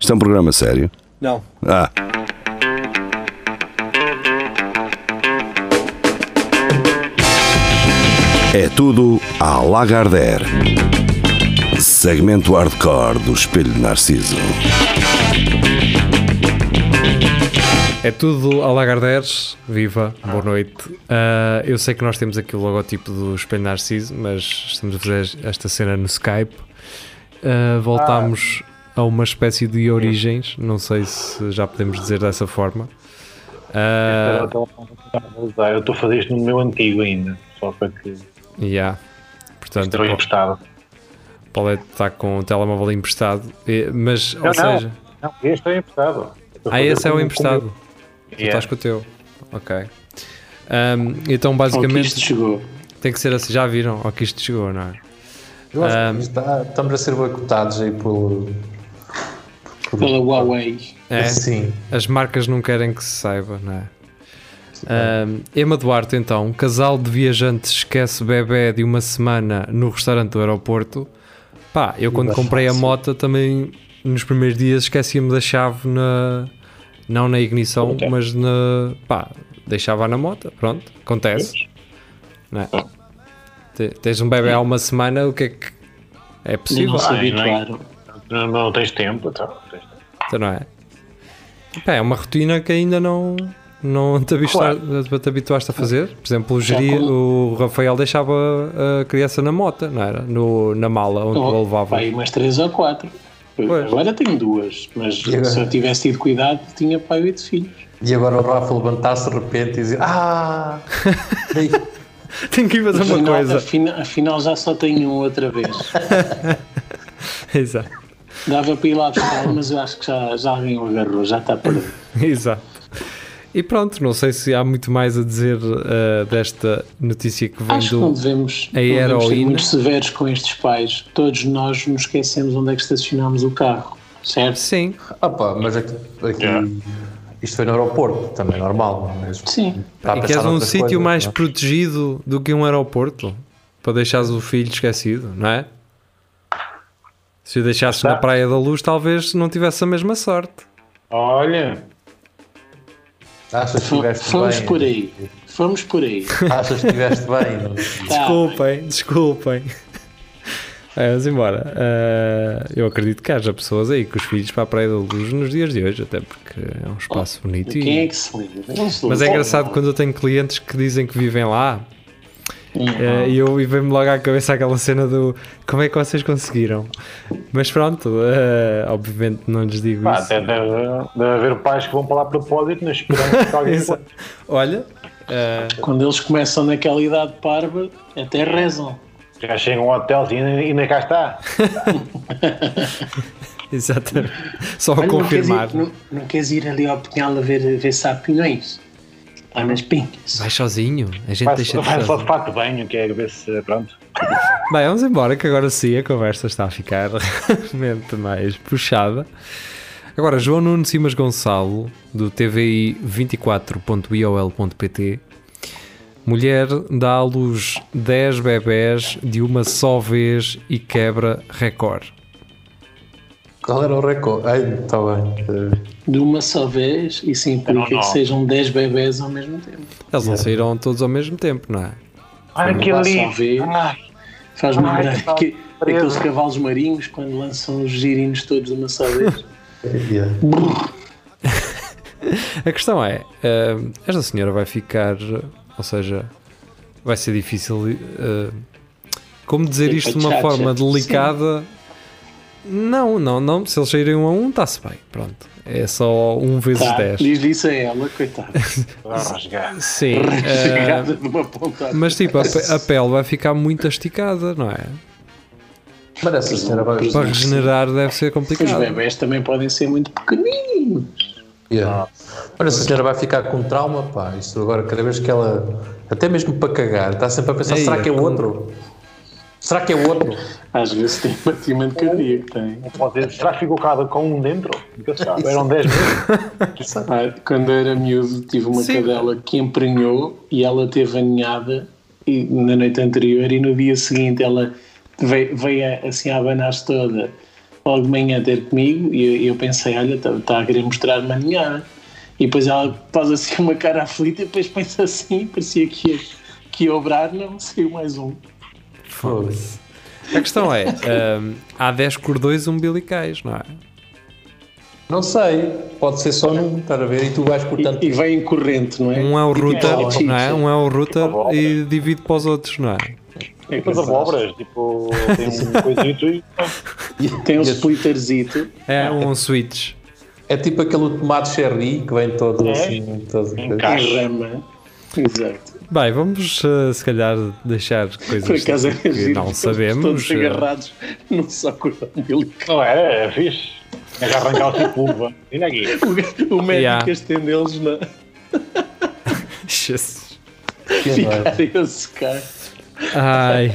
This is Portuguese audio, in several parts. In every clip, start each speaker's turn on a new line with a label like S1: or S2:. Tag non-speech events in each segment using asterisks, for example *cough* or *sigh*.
S1: Isto é um programa sério.
S2: Não.
S1: Ah, é tudo à Lagardère. Segmento hardcore do Espelho de Narciso.
S3: É tudo a Lagardères, viva, boa noite. Ah, eu sei que nós temos aqui o logotipo do Espelho Narciso, mas estamos a fazer esta cena no Skype. Ah, voltámos a uma espécie de origens, não sei se já podemos dizer dessa forma. Ah,
S4: Eu estou a fazer isto no meu antigo ainda, só para que
S3: yeah. Portanto,
S4: estou emprestado.
S3: o Paulette está com o telemóvel emprestado, eh, mas, ou
S4: Não, não.
S3: seja,
S4: Não, este é emprestado. Eu estou a
S3: ah,
S4: fazer um
S3: esse é o
S4: como-
S3: emprestado.
S4: como-
S3: Tu estás com o teu. Ok. Ahm, então, basicamente.
S5: isto chegou.
S3: Tem que ser assim, já viram? Ó, que isto chegou, não é?
S6: Eu acho que está- estamos a ser boicotados aí pelo.
S5: Pela Huawei.
S3: É,
S6: Sim.
S3: as marcas não querem que se saiba, não é? Ahm, Emma Duarte, então, casal de viajantes esquece bebê de uma semana no restaurante do aeroporto. Pá, eu quando
S6: Da
S3: comprei a
S6: fácil.
S3: moto também nos primeiros dias esquecia-me da chave na. Não na ignição,
S4: Ok.
S3: mas na. pá, deixava na moto, pronto, acontece. Não é? Te- Tens um bebê há uma semana, o que é que. É possível?
S5: Não se
S4: vai, não é?
S5: habituaram.
S4: Não, não tens tempo, então. não tens tempo.
S3: Então, não é? Pá, é uma rotina que ainda não, não te, habituaste, te habituaste a fazer. Por exemplo, o, geri,
S5: com-
S3: o Rafael deixava a criança na mota, não era? No, na mala onde o levava.
S5: Oh,
S3: *laughs*
S5: Pai, umas três ou quatro. Eu-
S3: Pois.
S5: Agora tenho duas, mas
S6: agora?
S5: se eu tivesse tido cuidado, tinha pai oito filhos.
S6: E agora o Rafa levantar-se de repente e dizer:
S3: *laughs*
S6: Ah! Dei-
S3: Tenho que ir fazer uma
S5: Afinal,
S3: coisa.
S5: afina- afinal, já só tenho um outra vez.
S3: Exato.
S5: Dava para ir lá buscar, mas eu acho que já, já alguém o agarrou, já está perdido.
S3: Exato. E pronto, não sei se há muito mais a dizer ah, desta notícia que vem
S5: Acho que não
S3: do.
S5: devemos,
S3: a
S5: não devemos ser
S3: heroína.
S5: muito severos com estes pais. Todos nós nos esquecemos onde é que estacionámos o carro, certo?
S3: Sim,
S6: Ah, pá, mas aqui. aqui-
S4: Yeah.
S6: Isto foi no aeroporto, também normal. não é?
S5: Sim.
S6: Está a
S3: e
S6: pensar
S3: queres um
S6: noutras
S3: sítio
S6: coisas,
S3: mais
S6: não é?
S3: protegido do que um aeroporto para deixares o filho esquecido, não é? Se o deixasses na Praia da Luz, talvez não tivesse a mesma sorte.
S4: Olha,
S6: é? Achas que
S5: F-
S6: estiveste
S5: Fomos
S6: bem?
S5: por
S3: né?
S5: aí. Fomos
S3: *laughs*
S5: por aí.
S6: Achas que estiveste bem? não é?
S5: *laughs* Tá.
S3: Desculpem, desculpem. É, vamos embora. Ah, eu acredito que haja pessoas aí com os filhos para a Praia da Luz nos dias de hoje, até porque é um espaço bonito. e-
S5: Quem é que se liga? Não se
S3: Mas é
S5: liga.
S3: engraçado quando eu tenho clientes que dizem que vivem lá
S4: Uhum.
S3: eh, e eu e vem-me logo à cabeça aquela cena do como é que vocês conseguiram. Mas pronto, eh, obviamente não lhes digo
S4: pá,
S3: isso. *laughs*
S4: até deve, deve haver pais que vão para lá a propósito, na esperança
S3: *laughs*
S4: que alguém.
S3: Isso. Olha, eh,
S5: Quando eles começam naquela idade parva, até rezam.
S4: Já chegam ao hotel e ainda- ainda cá está.
S3: exatamente. Só a
S5: Olha, não queres ir-
S3: confirmar.
S5: Não, não queres ir ali ao Pinhal a ver, ver sapinhões? Lá nas pinhas.
S3: Vai sozinho, a gente
S4: Vai,
S3: deixa de
S4: vai só de fato de banho, que é a ver se. Pronto.
S3: Bem, vamos embora que agora sim a conversa está a ficar *laughs* realmente mais puxada. Agora, João Nuno Simas Gonçalo, do tvi24.iol.pt Mulher dá à luz 10 bebés de uma só vez e quebra recorde.
S6: Qual era o recorde? Ai, está bem.
S5: De uma só vez, isso implica
S4: Não, não.
S5: que sejam 10 bebés ao mesmo tempo.
S3: Eles não saíram todos ao mesmo tempo, não é?
S4: Ai, que
S5: Vai só
S4: lindo.
S5: ver.
S4: Ai,
S5: Faz-me
S4: Ai,
S5: lembrar
S4: que tal
S5: aqu-
S4: surpresa.
S5: aqueles cavalos marinhos quando lançam os girinos todos de uma só vez.
S3: *laughs*
S6: eh, Yeah.
S3: A questão é, eh, esta senhora vai ficar, ou seja, vai ser difícil, eh, como dizer
S5: Sim,
S3: isto de uma
S5: chateada.
S3: forma delicada? Não, não, não, se eles saírem um a um, está-se bem, pronto. É só um vezes
S5: Tá,
S3: dez.
S5: diz isso a ela, coitada. *laughs*
S4: vai rasgar.
S3: Sim, eh,
S5: Chegada numa ponta.
S3: mas tipo, a, pe- a pele vai ficar muito esticada, não é?
S6: Mas essa senhora vai.
S3: Para regenerar deve ser
S5: Os
S3: complicado.
S5: bebés também podem ser muito pequeninos.
S6: Yeah. Mas essa senhora vai ficar com trauma, pá. Isto agora, cada vez que ela. Até mesmo para cagar, está sempre a pensar:
S3: Ei,
S6: será que é
S3: como-
S6: outro? Será que é outro?
S5: Às vezes tem batimento cardíaco, tem.
S4: Pode ser, será que ficou cada com um dentro? Nunca se sabe. Eram 10 mil.
S5: Ah, quando eu era miúdo, tive uma
S3: Sim.
S5: cadela que emprenhou e ela teve aninhada e, na noite anterior e no dia seguinte ela veio, veio assim a abanar-se toda logo de manhã ter comigo e eu, eu pensei, olha, está tá a querer mostrar-me a ninhada. E depois ela faz assim uma cara aflita e depois pensa assim, parecia que ia, que ia obrar, não, saiu mais um.
S6: Foda-se.
S3: A questão é: ahm, há 10 cordões umbilicais, não é?
S6: Não sei, pode ser só num, estás a ver? E tu vais, portanto,
S5: E, e vem em corrente, não é?
S3: Um é o router,
S5: é,
S3: não é?
S5: sim,
S3: Um é o router e divide para os outros, não é?
S5: É
S4: Mas
S5: verdade.
S4: houve obras, tipo,
S5: *laughs*
S4: tem um coisito e
S5: Tem um splitterzito.
S3: É um switch.
S6: é tipo aquele tomate cherry que vem todo
S4: É.
S6: assim, todo
S4: Encaixa.
S5: Em rama. Exato.
S3: Bem, vamos eh, se calhar deixar coisas
S5: Por acaso é
S3: que
S5: giro,
S3: não
S5: todos-
S3: sabemos.
S5: Todos
S3: eh,
S5: agarrados num só cordão umbilical.
S4: Não é, é fixe. É já arrancar o tipo uva. E na guia.
S5: O, o médico
S3: Yeah.
S5: estendeu-los na.
S3: Jesus.
S5: *laughs*
S6: pequeno.
S5: Ficarem a secar.
S3: Ai,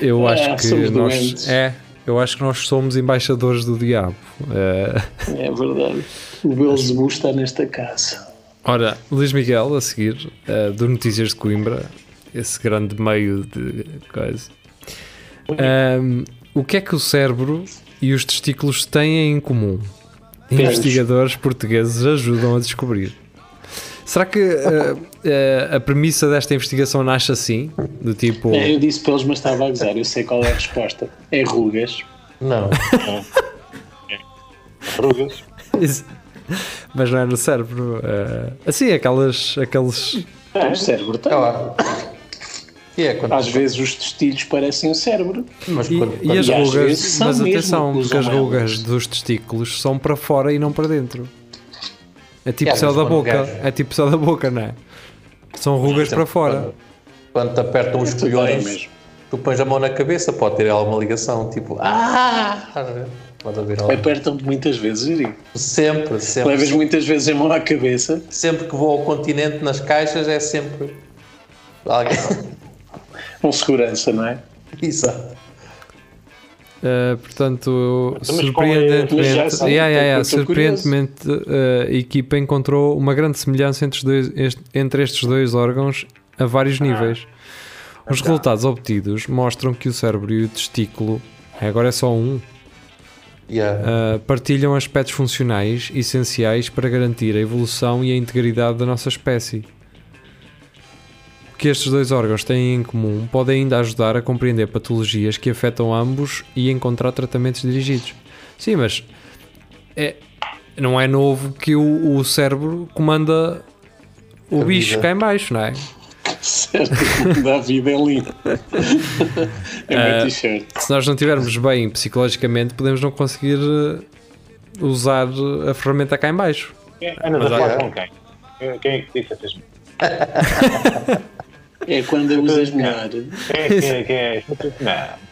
S3: eu
S5: Ah,
S3: acho que
S5: somos
S3: nós
S5: doentes.
S3: é, eu acho que nós somos embaixadores do diabo. Eh,
S5: É verdade. O Belzebu está nesta casa.
S3: Ora, Luís Miguel, a seguir, eh, do Notícias de Coimbra, esse grande meio de coisa. Ahm, o que é que o cérebro e os testículos têm em comum? Investigadores portugueses ajudam a descobrir. Será que eh, eh, a premissa desta investigação nasce assim? Do tipo.
S5: É, eu disse pelos, mas estava a gozar. Eu sei qual é a resposta. É rugas.
S6: Não,
S4: Rugas.
S3: Isso. *laughs* Mas não é no cérebro. eh, assim, aquelas. aqueles
S5: O cérebro tem.
S6: é lá. E é quando.
S5: Às vezes os testígios parecem o cérebro.
S6: Mas
S3: E,
S6: quando,
S3: e as
S5: Ah, e às
S3: rugas,
S5: vezes são
S3: mas
S5: mesmo
S3: atenção,
S5: que
S3: porque as
S5: usam
S3: rugas
S5: elas.
S3: dos testículos são para fora e não para dentro. É tipo
S6: É,
S3: céu
S6: mas
S3: da
S6: quando
S3: boca,
S6: gajo- Então,
S3: é tipo céu da boca, não é? São rugas para fora.
S6: quando te apertam os
S5: tudo é bem
S6: colhões,
S5: mesmo.
S6: tu pões a mão na cabeça, pode ter alguma ligação, tipo, ah! Estás a ver? Pode haver algo.
S5: Apertam-te muitas vezes, eu digo.
S6: Sempre, sempre.
S5: Levas muitas vezes a mão à cabeça.
S6: Sempre que vou ao continente nas caixas é sempre alguém.
S5: Com segurança, não é? *laughs*
S6: *laughs* Isso.
S3: Uh, portanto,
S4: qual é-
S3: surpreendentemente,
S5: mas já sabe,
S3: yeah, yeah, yeah,
S5: eu estou
S3: surpreendentemente uh, a equipa encontrou uma grande semelhança entre, os dois- este- entre estes dois órgãos a
S6: Ah.
S3: vários níveis. Os
S6: Então.
S3: resultados obtidos mostram que o cérebro e o testículo, agora é só um,
S6: Yeah.
S3: Uh, partilham aspectos funcionais essenciais para garantir a evolução e a integridade da nossa espécie. O que estes dois órgãos têm em comum pode ainda ajudar a compreender patologias que afetam ambos e encontrar tratamentos dirigidos. Sim, mas é- não é novo que o, o cérebro comanda o
S6: A
S3: bicho
S6: vida.
S3: cá em baixo, não é?
S5: Certo, da vida é lindo. *laughs* É
S3: Ah.
S5: meu t-shirt.
S3: Se nós não estivermos bem psicologicamente, podemos não conseguir eh, usar a ferramenta cá em baixo.
S4: Quem- Andas a falar
S6: olha-
S4: com quem? Quem- Quem é que disse essas
S5: É quando a usas melhor.
S4: Quem é que é? Quem é? Não.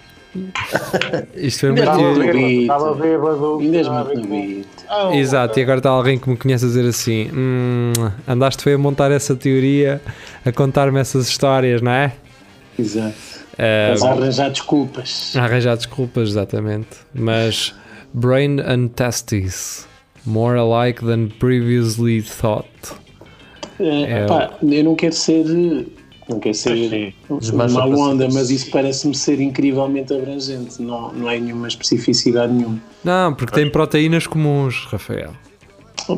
S3: Isto foi
S5: Ainda
S3: muito
S5: não
S4: Estava
S5: Sim.
S4: bêbado. Estava bêbado.
S5: Ainda és
S4: estava
S5: muito
S4: bêbado.
S5: novinho.
S4: Ah, o-
S3: Exato, e agora está alguém que me conhece a dizer assim: "Hum, andaste foi a montar essa teoria, a contar-me essas histórias, não é?
S5: Exato.
S3: Ah,
S5: Mas a arranjar desculpas.
S3: a arranjar desculpas, exatamente. Mas brain and testes, more alike than previously thought.
S5: Eh, pá, eu não quero ser. Não quero
S4: é
S5: ser
S6: Desmancha
S5: uma
S6: para
S5: onda,
S6: cima.
S5: mas isso parece-me ser incrivelmente abrangente. Não, não é nenhuma especificidade nenhuma.
S3: Não, porque tem proteínas comuns, Rafael.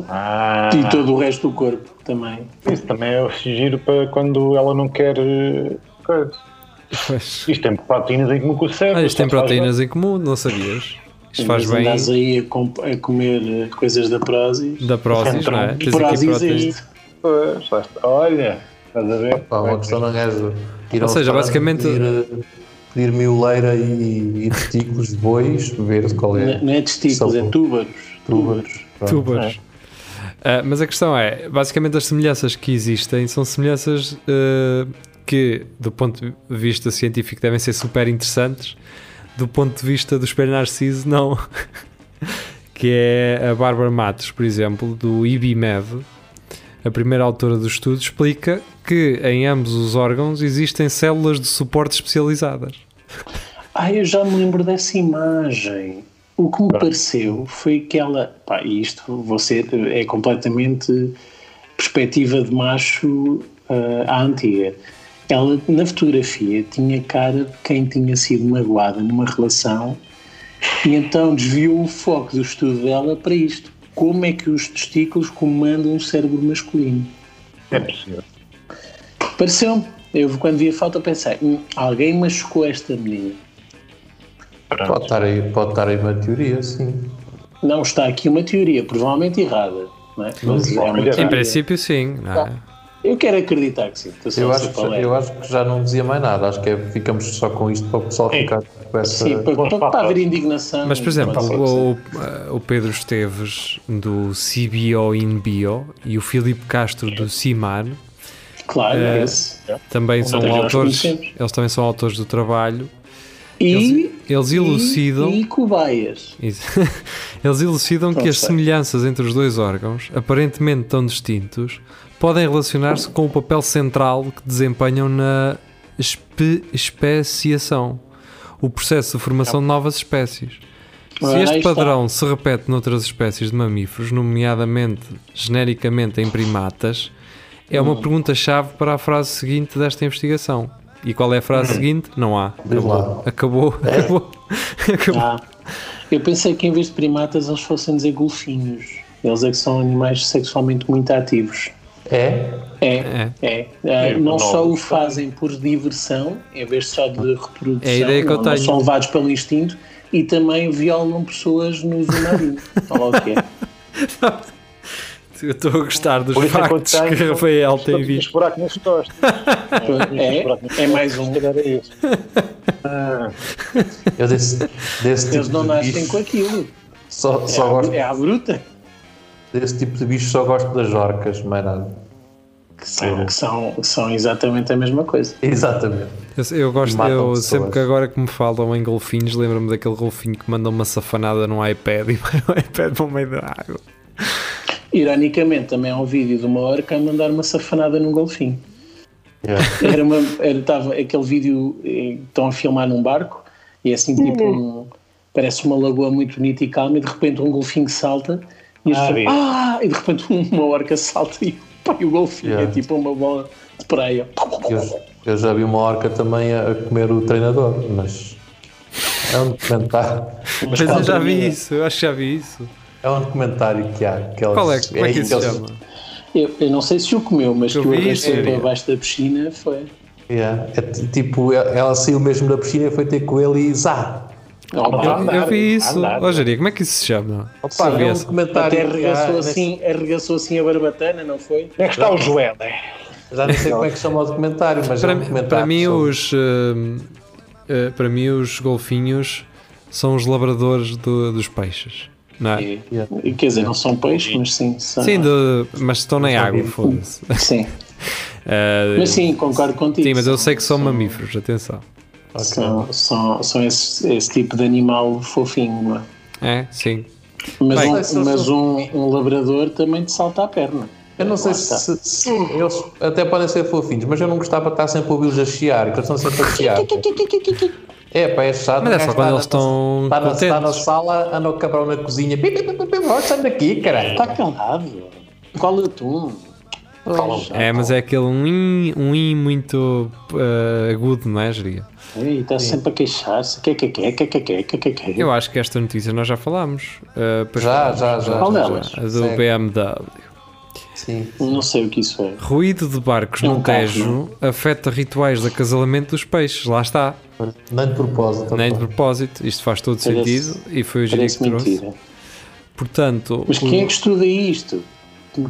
S4: Ah,
S5: E todo o resto do corpo também.
S4: isso também é giro para quando ela não quer. eh, coisa.
S3: Pois.
S4: Isto tem proteínas em que me consegue.
S3: Ah, isto tem proteínas em comum, não sabias? Isto faz
S5: Mas
S3: bem
S5: Andas aí a, comp- a comer eh, coisas da Prozis.
S3: da
S5: *laughs*
S3: prósis, não é? Tens aqui
S5: Prozis é
S3: proteínas.
S5: isto.
S4: Pois, lá está. olha, estás a ver?
S6: Pá, uma pessoa não é gajo.
S3: É.
S6: Ir
S3: Ou
S6: ao
S3: seja,
S6: restaurante,
S3: basicamente-
S6: Pedir, eh, pedir mioleira e, e testículos de bois, ver qual é.
S5: Não não é testículos,
S6: Só-
S5: é túbaros.
S6: Tubas. Pronto.
S3: tubas. Ah, mas a questão é, basicamente as semelhanças que existem são semelhanças ah, que, do ponto de vista científico, devem ser super interessantes, do ponto de vista do espelho narciso, não. *laughs* que é a Bárbara Matos, por exemplo, do IBMEV, a primeira autora do estudo, explica que em ambos os órgãos existem células de suporte especializadas.
S5: Ah, eu já me lembro dessa imagem. O que me pareceu foi que ela. Pá, e isto você é completamente perspectiva de macho ah, à antiga. Ela, na fotografia, tinha cara de quem tinha sido magoada numa relação E então desviou o foco do estudo dela para isto. Como é que os testículos comandam o cérebro masculino?
S4: É possível.
S5: Pareceu-me. Eu, quando vi a foto, pensei: "Hum, alguém machucou esta menina.
S6: Pode estar, aí, pode estar aí uma teoria, sim.
S5: Não está aqui uma teoria, provavelmente errada. Não é? Mas é uma
S4: olha,
S5: teoria.
S3: Em princípio, sim. não é?
S5: Eu quero acreditar que sim. Estou só
S6: Eu
S5: a
S6: acho,
S5: ser
S6: que,
S5: palermo.
S6: eu acho que já não dizia mais nada. Acho que é, ficamos só com isto para o pessoal
S4: Sim.
S6: ficar com essa.
S5: É. Sim, para,
S4: Bons
S5: para, para
S4: papos.
S5: haver indignação.
S3: Mas, por exemplo,
S5: pode ser.
S3: o, eh, o- o Pedro Esteves do CBO InBio e o Filipe Castro do CIMAR
S5: Claro,
S3: eh,
S5: é esse.
S3: também são
S5: Nós
S3: autores.
S5: conhecemos.
S3: Eles também são autores do trabalho.
S5: E,
S3: Eles elucidam.
S5: E, e cobaias.
S3: Isso. *laughs* Eles elucidam que as
S5: sei.
S3: semelhanças entre os dois órgãos, aparentemente tão distintos, podem relacionar-se com o papel central que desempenham na espe especiação, o processo de formação de novas espécies. Se
S5: Ora, aí
S3: este
S5: está.
S3: padrão se repete noutras espécies de mamíferos, nomeadamente genericamente em primatas, é
S5: Hum.
S3: uma pergunta-chave para a frase seguinte desta investigação. E qual é a
S5: Hum.
S3: frase seguinte? Não há.
S6: Diz lá.
S3: Acabou.
S5: É.
S3: *laughs* Acabou. Acabou.
S5: Ah, eu pensei que em vez de primatas eles fossem dizer golfinhos. Eles é que são animais sexualmente muito ativos.
S6: É?
S5: É, é. Ah,
S4: É,
S5: não
S4: não.
S5: só o fazem por diversão, em vez só de reprodução,
S3: É a ideia que eu
S5: não, não
S3: tenho.
S5: são levados pelo instinto e também violam pessoas no zonarinho. Olha lá o que é.
S3: Eu estou a gostar dos
S4: Por isso é que eu
S3: factos que
S4: tenho-
S3: Rafael tem
S4: Este
S3: visto.
S4: buraco nas costas.
S5: É, é mais um.
S4: Se calhar é isso.
S6: Eu desse, desse
S5: Eles
S6: tipo
S5: não
S6: de
S5: nascem
S6: bicho,
S5: com aquilo.
S6: Só,
S5: É,
S6: só
S5: à-
S6: gosto,
S5: é à bruta.
S6: Desse tipo de bicho só gosto das orcas, mais nada.
S5: Que são, que são, que são exatamente a mesma coisa.
S6: Exatamente.
S3: Eu, eu gosto,
S6: Matam
S3: eu,
S6: pessoas.
S3: sempre que agora que me falam em golfinhos, lembro-me daquele golfinho que manda uma safanada num iPad e *laughs* vai o iPad para o meio da água.
S5: Ironicamente, também há um vídeo de uma orca a mandar uma safanada num golfinho.
S3: É.
S5: Era uma, era, tava aquele vídeo eh, estão a filmar num barco e é assim tipo um- parece uma lagoa muito bonita e calma e de repente um golfinho salta e as
S4: Ah,
S5: pessoas,
S4: vi.
S5: ah, e de repente *laughs* uma orca salta e, pá, e o golfinho
S6: Yeah.
S5: é tipo uma bola de praia.
S6: Eu, eu já vi uma orca também a, a comer o treinador, mas é um documentário.
S3: Mas eu já vi isso, eu acho que já vi isso.
S6: É um documentário que há. Que eles,
S3: Qual é, como é que isso se chama?
S5: Eu, eu não sei se o comeu, mas
S3: Eu
S5: que o
S3: vi isso,
S5: arrastou para
S3: é.
S5: baixo da piscina foi.
S6: Yeah. É t- tipo, e- ela saiu mesmo da piscina e foi ter com ele e zá!
S5: Opa,
S4: Andar,
S3: Eu vi isso.
S4: andar.
S3: Hoje diria, como é que isso se chama?
S6: Opa,
S3: Sim,
S6: é um
S3: esse.
S6: documentário.
S5: até
S6: que há,
S5: arregaçou
S6: nem-
S5: assim, arregaçou assim a barbatana, não foi?
S4: Onde é que está o joelho?
S6: Já não sei como é que chama o documentário, mas é
S3: Para,
S6: um
S3: mim-
S6: documentário.
S3: para mim,
S6: sobre-
S3: os, hum, eh, para mim, os golfinhos são os labradores do- dos peixes, não é?
S5: E-
S6: Yeah.
S5: e Quer dizer, não são peixes, mas sim. São,
S3: Sim, de- mas estão na água, foda-se.
S5: Sim.
S3: Eh,
S5: Mas sim, concordo contigo.
S3: Sim, mas eu sei que são mamíferos, atenção.
S5: São, são, são esse, esse tipo de animal fofinho, não é?
S3: É, sim.
S5: Mas,
S3: Bem.
S5: um, mas um, um labrador também te salta a perna.
S6: Eu não sei
S5: Lá está.
S6: se, se- Eles até podem ser fofinhos, mas eu não gostava de estar sempre a ouvi-los a chiar, que eles estão sempre a
S5: *laughs*
S6: chiar. É, pá, é chato.
S3: Mas é
S6: o
S3: só quando
S6: gajo está
S3: eles estão
S6: na- Está na, está na
S3: contentes.
S6: sala, anda o cabrão na cozinha. Pim, pim, pim, pim, pim, olha, sai daqui, caralho. Tá
S5: Está Tá calado. Cola atum.
S3: É, mas é aquele um in, um in muito eh, agudo, não é, Jeria?
S5: E está tá sempre a queixar-se. Que que que que que que que que que
S3: Eu acho que esta notícia nós já falámos. eh, pois
S6: Já,
S3: falámos.
S6: já, já.
S5: Qual
S6: já,
S5: delas?
S6: já.
S3: A do
S6: Segue.
S3: BMW.
S6: Sim.
S5: Não sei o que isso é.
S3: Ruído de barcos
S5: É um
S3: no
S5: carro,
S3: Tejo afeta rituais de acasalamento dos peixes. Lá está.
S6: Nem de propósito.
S3: Nem de
S6: opa.
S3: propósito. Isto faz todo
S5: Parece-
S3: sentido e foi o Jeria que
S5: Parece
S3: trouxe.
S5: mentira.
S3: Portanto,
S5: Mas quem é que estuda isto?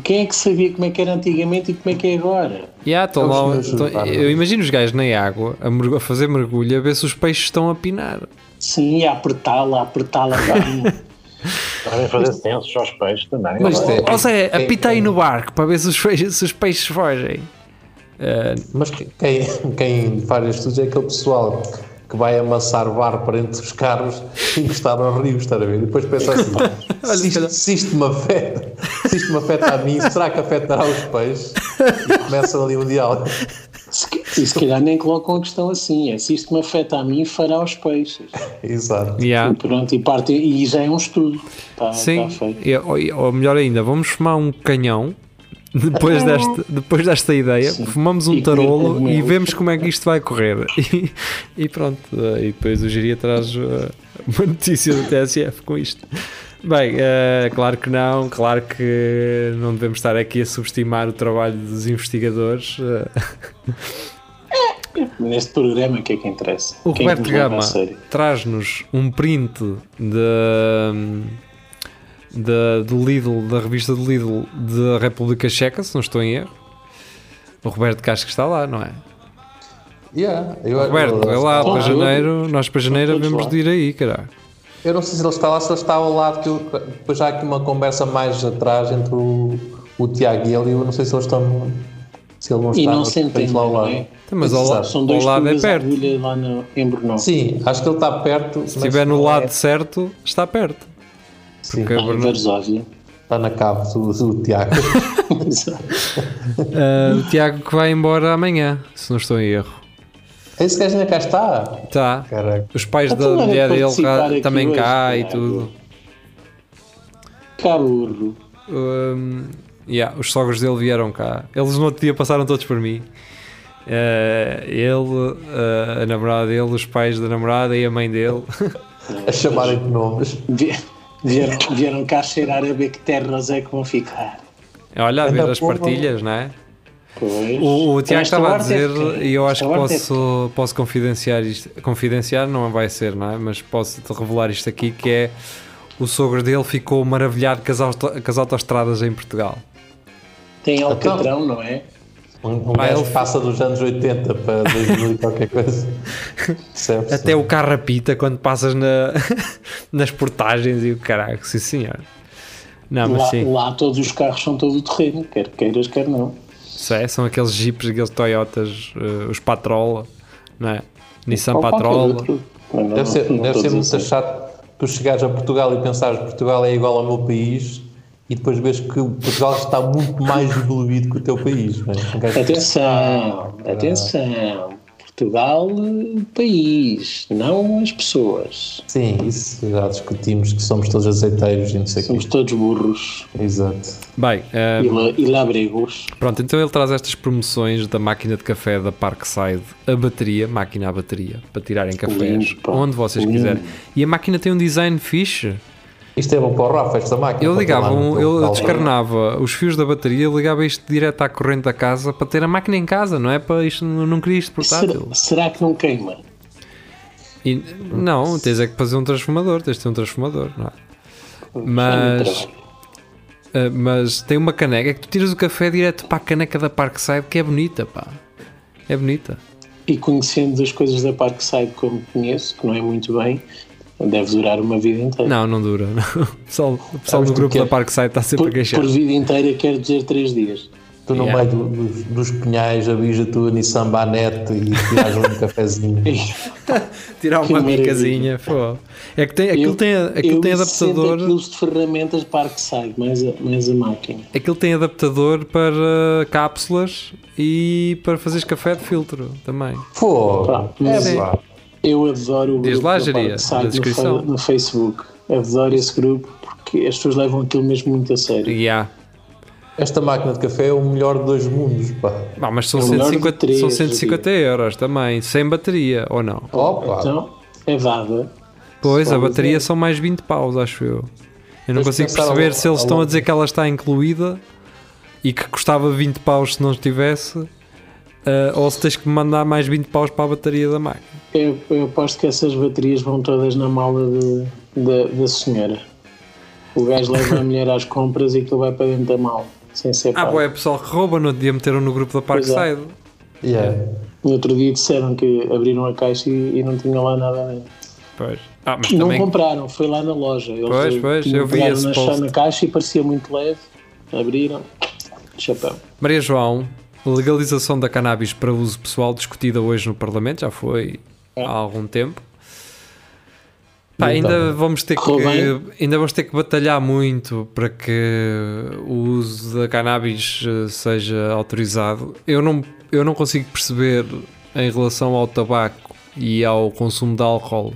S5: Quem é que sabia como é que era antigamente e como é que é agora?
S3: Yeah, estão
S6: Eles
S3: lá-
S6: não
S3: estão-
S6: ajudaram.
S3: eu imagino os gajos na água a, mergu- a fazer mergulho a ver se os peixes estão a pinar.
S5: Sim, a apertá-la, a apertá-la.
S3: *laughs*
S4: Devem fazer censos aos peixes também.
S6: Mas isto é-
S3: Ou seja,
S6: é-
S3: apita aí no barco para ver se os peixes, se os peixes fogem.
S6: Mas que- quem, quem faz estudos é aquele pessoal que vai amassar bar para entre os carros *laughs* e encostar ao rio, estar a ver? E depois pensa
S3: *laughs*
S6: assim: se
S3: é
S6: isto- se isto me afeta, se isto me afeta a mim, será que afetará os peixes? E começam ali um diálogo.
S5: Se, ca- e se calhar nem colocam a questão assim, é se isto me afeta a mim, fará aos peixes.
S6: Exato.
S3: Yeah.
S5: E pronto, e, parte, e já é um estudo. Tá,
S3: Sim,
S5: tá feito.
S3: E- ou, e- ou melhor ainda, vamos fumar um canhão *laughs* depois desta, depois desta ideia. Fumamos um
S5: Ah. E comer
S3: tarolo e
S5: cogumelo.
S3: *laughs* vemos como é que isto vai correr. E, e pronto, e depois o Jiria traz uh, *laughs* uma notícia do TSF com isto. Bem, eh, claro que não, claro que não devemos estar aqui a subestimar o trabalho dos investigadores. eh.
S5: Neste programa, o que é que interessa?
S3: O
S5: Quem é
S3: Roberto
S5: que nos leva
S3: Gama
S5: a sério?
S3: traz-nos um print de, de- do Lidl, da revista do Lidl da República Checa, se não estou em erro. O Roberto Castro que está lá, não é?
S6: Yeah, eu,
S3: Roberto,
S6: eu-
S3: vai lá
S5: Olá,
S3: para
S5: eu-
S3: janeiro, nós para janeiro
S5: todos
S3: vemos
S5: lá.
S3: de ir aí, caralho.
S6: Eu não sei se ele está lá, se ele está ao lado, que eu, depois há aqui uma conversa mais atrás entre o, o Tiago e ele, eu não sei se eles estão. Se ele não está
S5: E não
S6: mas
S5: se
S6: estamos
S5: entende,
S6: lá ao lado.
S5: não é?
S3: Então, Mas ao, la-
S6: Exato.
S5: São dois
S3: ao lado é
S5: fugas à
S3: perto. Se
S5: agulha lá no, em Brno.
S6: Sim, acho que ele está perto. mas
S3: estiver no
S6: não
S3: lado
S6: é-
S3: certo, está perto. é
S6: Sim,
S3: porque-
S5: Em Varsóvia.
S3: *laughs*
S6: está na cave do, do Tiago.
S5: Exato.
S3: Ah, o Tiago que vai embora amanhã, se não estou em erro.
S6: Esse gajo ainda cá está.
S3: Tá.
S6: Caraca.
S3: Os pais
S5: Então
S3: da
S5: era
S3: mulher dele
S5: participar
S3: cá-
S5: aqui
S3: também
S5: hoje,
S3: cá e
S5: caralho.
S3: tudo.
S5: Caburro.
S3: Hum, yeah, os sogros dele vieram cá. Eles no outro dia passaram todos por mim. Eh, ele, eh, a namorada dele, os pais da namorada e a mãe dele.
S6: A chamarem de nomes.
S5: Vi- Vieram, vieram cá cheirar a ver que terras é que vão ficar.
S3: É, Olha, a ver as
S6: porra.
S3: partilhas, não é?
S5: Pois.
S3: O, o Tiago
S5: Esta
S3: estava a
S5: arte é
S3: dizer,
S5: pequena.
S3: e eu acho
S5: Esta
S3: que
S5: arte é
S3: posso, posso confidenciar isto. Confidenciar não vai ser, não é? Mas posso-te revelar isto aqui: que é o sogro dele ficou maravilhado com as, auto- com as autostradas em Portugal.
S5: pequena. Tem
S3: Então,
S5: Alcatrão, não é?
S6: Um, um
S3: Ah,
S6: gajo
S3: ele-
S6: passa dos anos 80 para 2000 e
S3: *laughs*
S6: qualquer coisa. Percebe-se?
S3: Até o carro apita quando passas na- *laughs* nas portagens e o caraca, sim senhor. Não, Ah, mas
S5: Lá,
S3: sim,
S5: lá todos os carros são todo o terreno, quer queiras, quer não.
S3: Isso é, são aqueles jeeps, aqueles Toyotas, eh, os Patrola, não é? Nissan
S5: Ou qualquer
S3: Patrola.
S5: outro. Mas não-
S6: Deve ser,
S5: não
S6: deve ser
S5: todos
S6: muito
S5: assim.
S6: chato tu chegares a Portugal e pensares que Portugal é igual ao meu país e depois vês que Portugal está muito
S5: *laughs*
S6: mais evoluído que o teu país. Não é? Um gajo- Ah,
S5: Atenção, atenção. Portugal, eh, país, não as pessoas.
S6: Sim, isso já discutimos que somos todos azeiteiros e não sei o
S5: Somos
S6: quê.
S5: todos burros
S6: Exato.
S3: Bem, eh,
S5: e, la, e labregos.
S3: pronto, então ele traz estas promoções da máquina de café da Parkside, a bateria, máquina à bateria, para tirarem cafés,
S5: Lindo, pá.
S3: onde vocês quiserem. E a máquina tem um design fixe.
S6: Isto é bom para o Rafa, esta máquina.
S3: Eu
S6: para
S3: ligava,
S6: ter lá no
S3: um,
S6: teu
S3: eu
S6: local.
S3: descarnava os fios da bateria, ligava isto direto à corrente da casa para ter a máquina em casa, não é? Para isto, não queria isto portátil.
S5: Será, será que não queima?
S3: E, não, tens é que fazer um transformador, tens de ter um transformador, não é?
S5: Dá-me
S3: Mas,
S5: trabalho.
S3: ah, mas tem uma caneca que tu tiras o café direto para a caneca da Parkside que é bonita, pá. É bonita.
S5: E conhecendo as coisas da Parkside como conheço, que não é muito bem, deve durar uma vida inteira.
S3: Não, não dura. *laughs* Não. O pessoal, o pessoal
S6: Sabes
S3: do
S6: tu
S3: grupo
S6: que é?
S3: da Parkside está sempre
S5: Por,
S3: a queixar.
S5: por vida inteira quer dizer três dias.
S6: Tu no
S3: Yeah.
S6: meio do- dos, dos pinhais avisa a tua Nissan Banete e tiras um *laughs* cafezinho.
S3: Tirar uma
S5: maravilha.
S3: micazinha, pô. É que tem, aquilo
S5: Eu-
S3: tem, aquilo
S5: eu
S3: tem
S5: e 60
S3: adaptador.
S5: quilos de ferramentas Parkside, mais a, mais a máquina.
S3: Aquilo É tem adaptador para cápsulas e para fazeres café de filtro também.
S6: Fogo!
S5: Pá, mas
S6: É pá.
S5: Eu adoro o
S3: Diz
S5: grupo
S3: lá,
S5: da
S3: Jeria,
S5: Parkside
S3: na descrição.
S5: no, fa- no Facebook. Adoro esse grupo porque as pessoas levam aquilo mesmo muito a sério.
S3: Yeah.
S6: Esta máquina de café é o melhor de dois mundos, pá.
S3: Ah, mas são
S5: É o melhor de
S3: 150,
S5: três,
S3: são
S5: eu
S3: 150 euros também, sem bateria, ou não?
S6: Opa!
S5: Então, é dada.
S3: Pois, a
S6: Só
S3: bateria
S5: é.
S6: dizer.
S3: são mais 20 paus, acho eu. Eu não
S6: Mas
S3: consigo
S6: pensar
S3: perceber
S6: ao-
S3: se eles
S6: ao
S3: estão a
S6: longo.
S3: dizer que ela está incluída e que custava 20 paus se não estivesse, ah, ou se tens que mandar mais 20 paus para a bateria da máquina.
S5: Eu, eu aposto que essas baterias vão todas na mala de- da- da senhora. O gajo leva a mulher às compras e aquilo vai para dentro da mala, sem ser
S3: Ah,
S5: pago.
S3: pô, é pessoal que rouba, não dia meteram no grupo da
S5: Pois é.
S3: Parkside.
S6: Yeah.
S5: No outro dia disseram que abriram a caixa e, e não tinha lá nada dentro.
S3: Pois. Ah, mas
S5: Não
S3: também.
S5: compraram, foi lá na loja. Eles eh,
S3: Pois, pois,
S5: tinham
S3: eu vi
S5: pegado
S3: esse
S5: na,
S3: post.
S5: na caixa e parecia muito leve. Abriram, chapéu.
S3: Maria João, legalização da cannabis para uso pessoal discutida hoje no Parlamento, já foi
S5: É.
S3: há algum tempo. Pá, ainda vamos ter que
S5: Correu
S3: ainda vamos ter que batalhar muito para que o uso da cannabis eh, seja autorizado. Eu não eu não consigo perceber em relação ao tabaco e ao consumo de álcool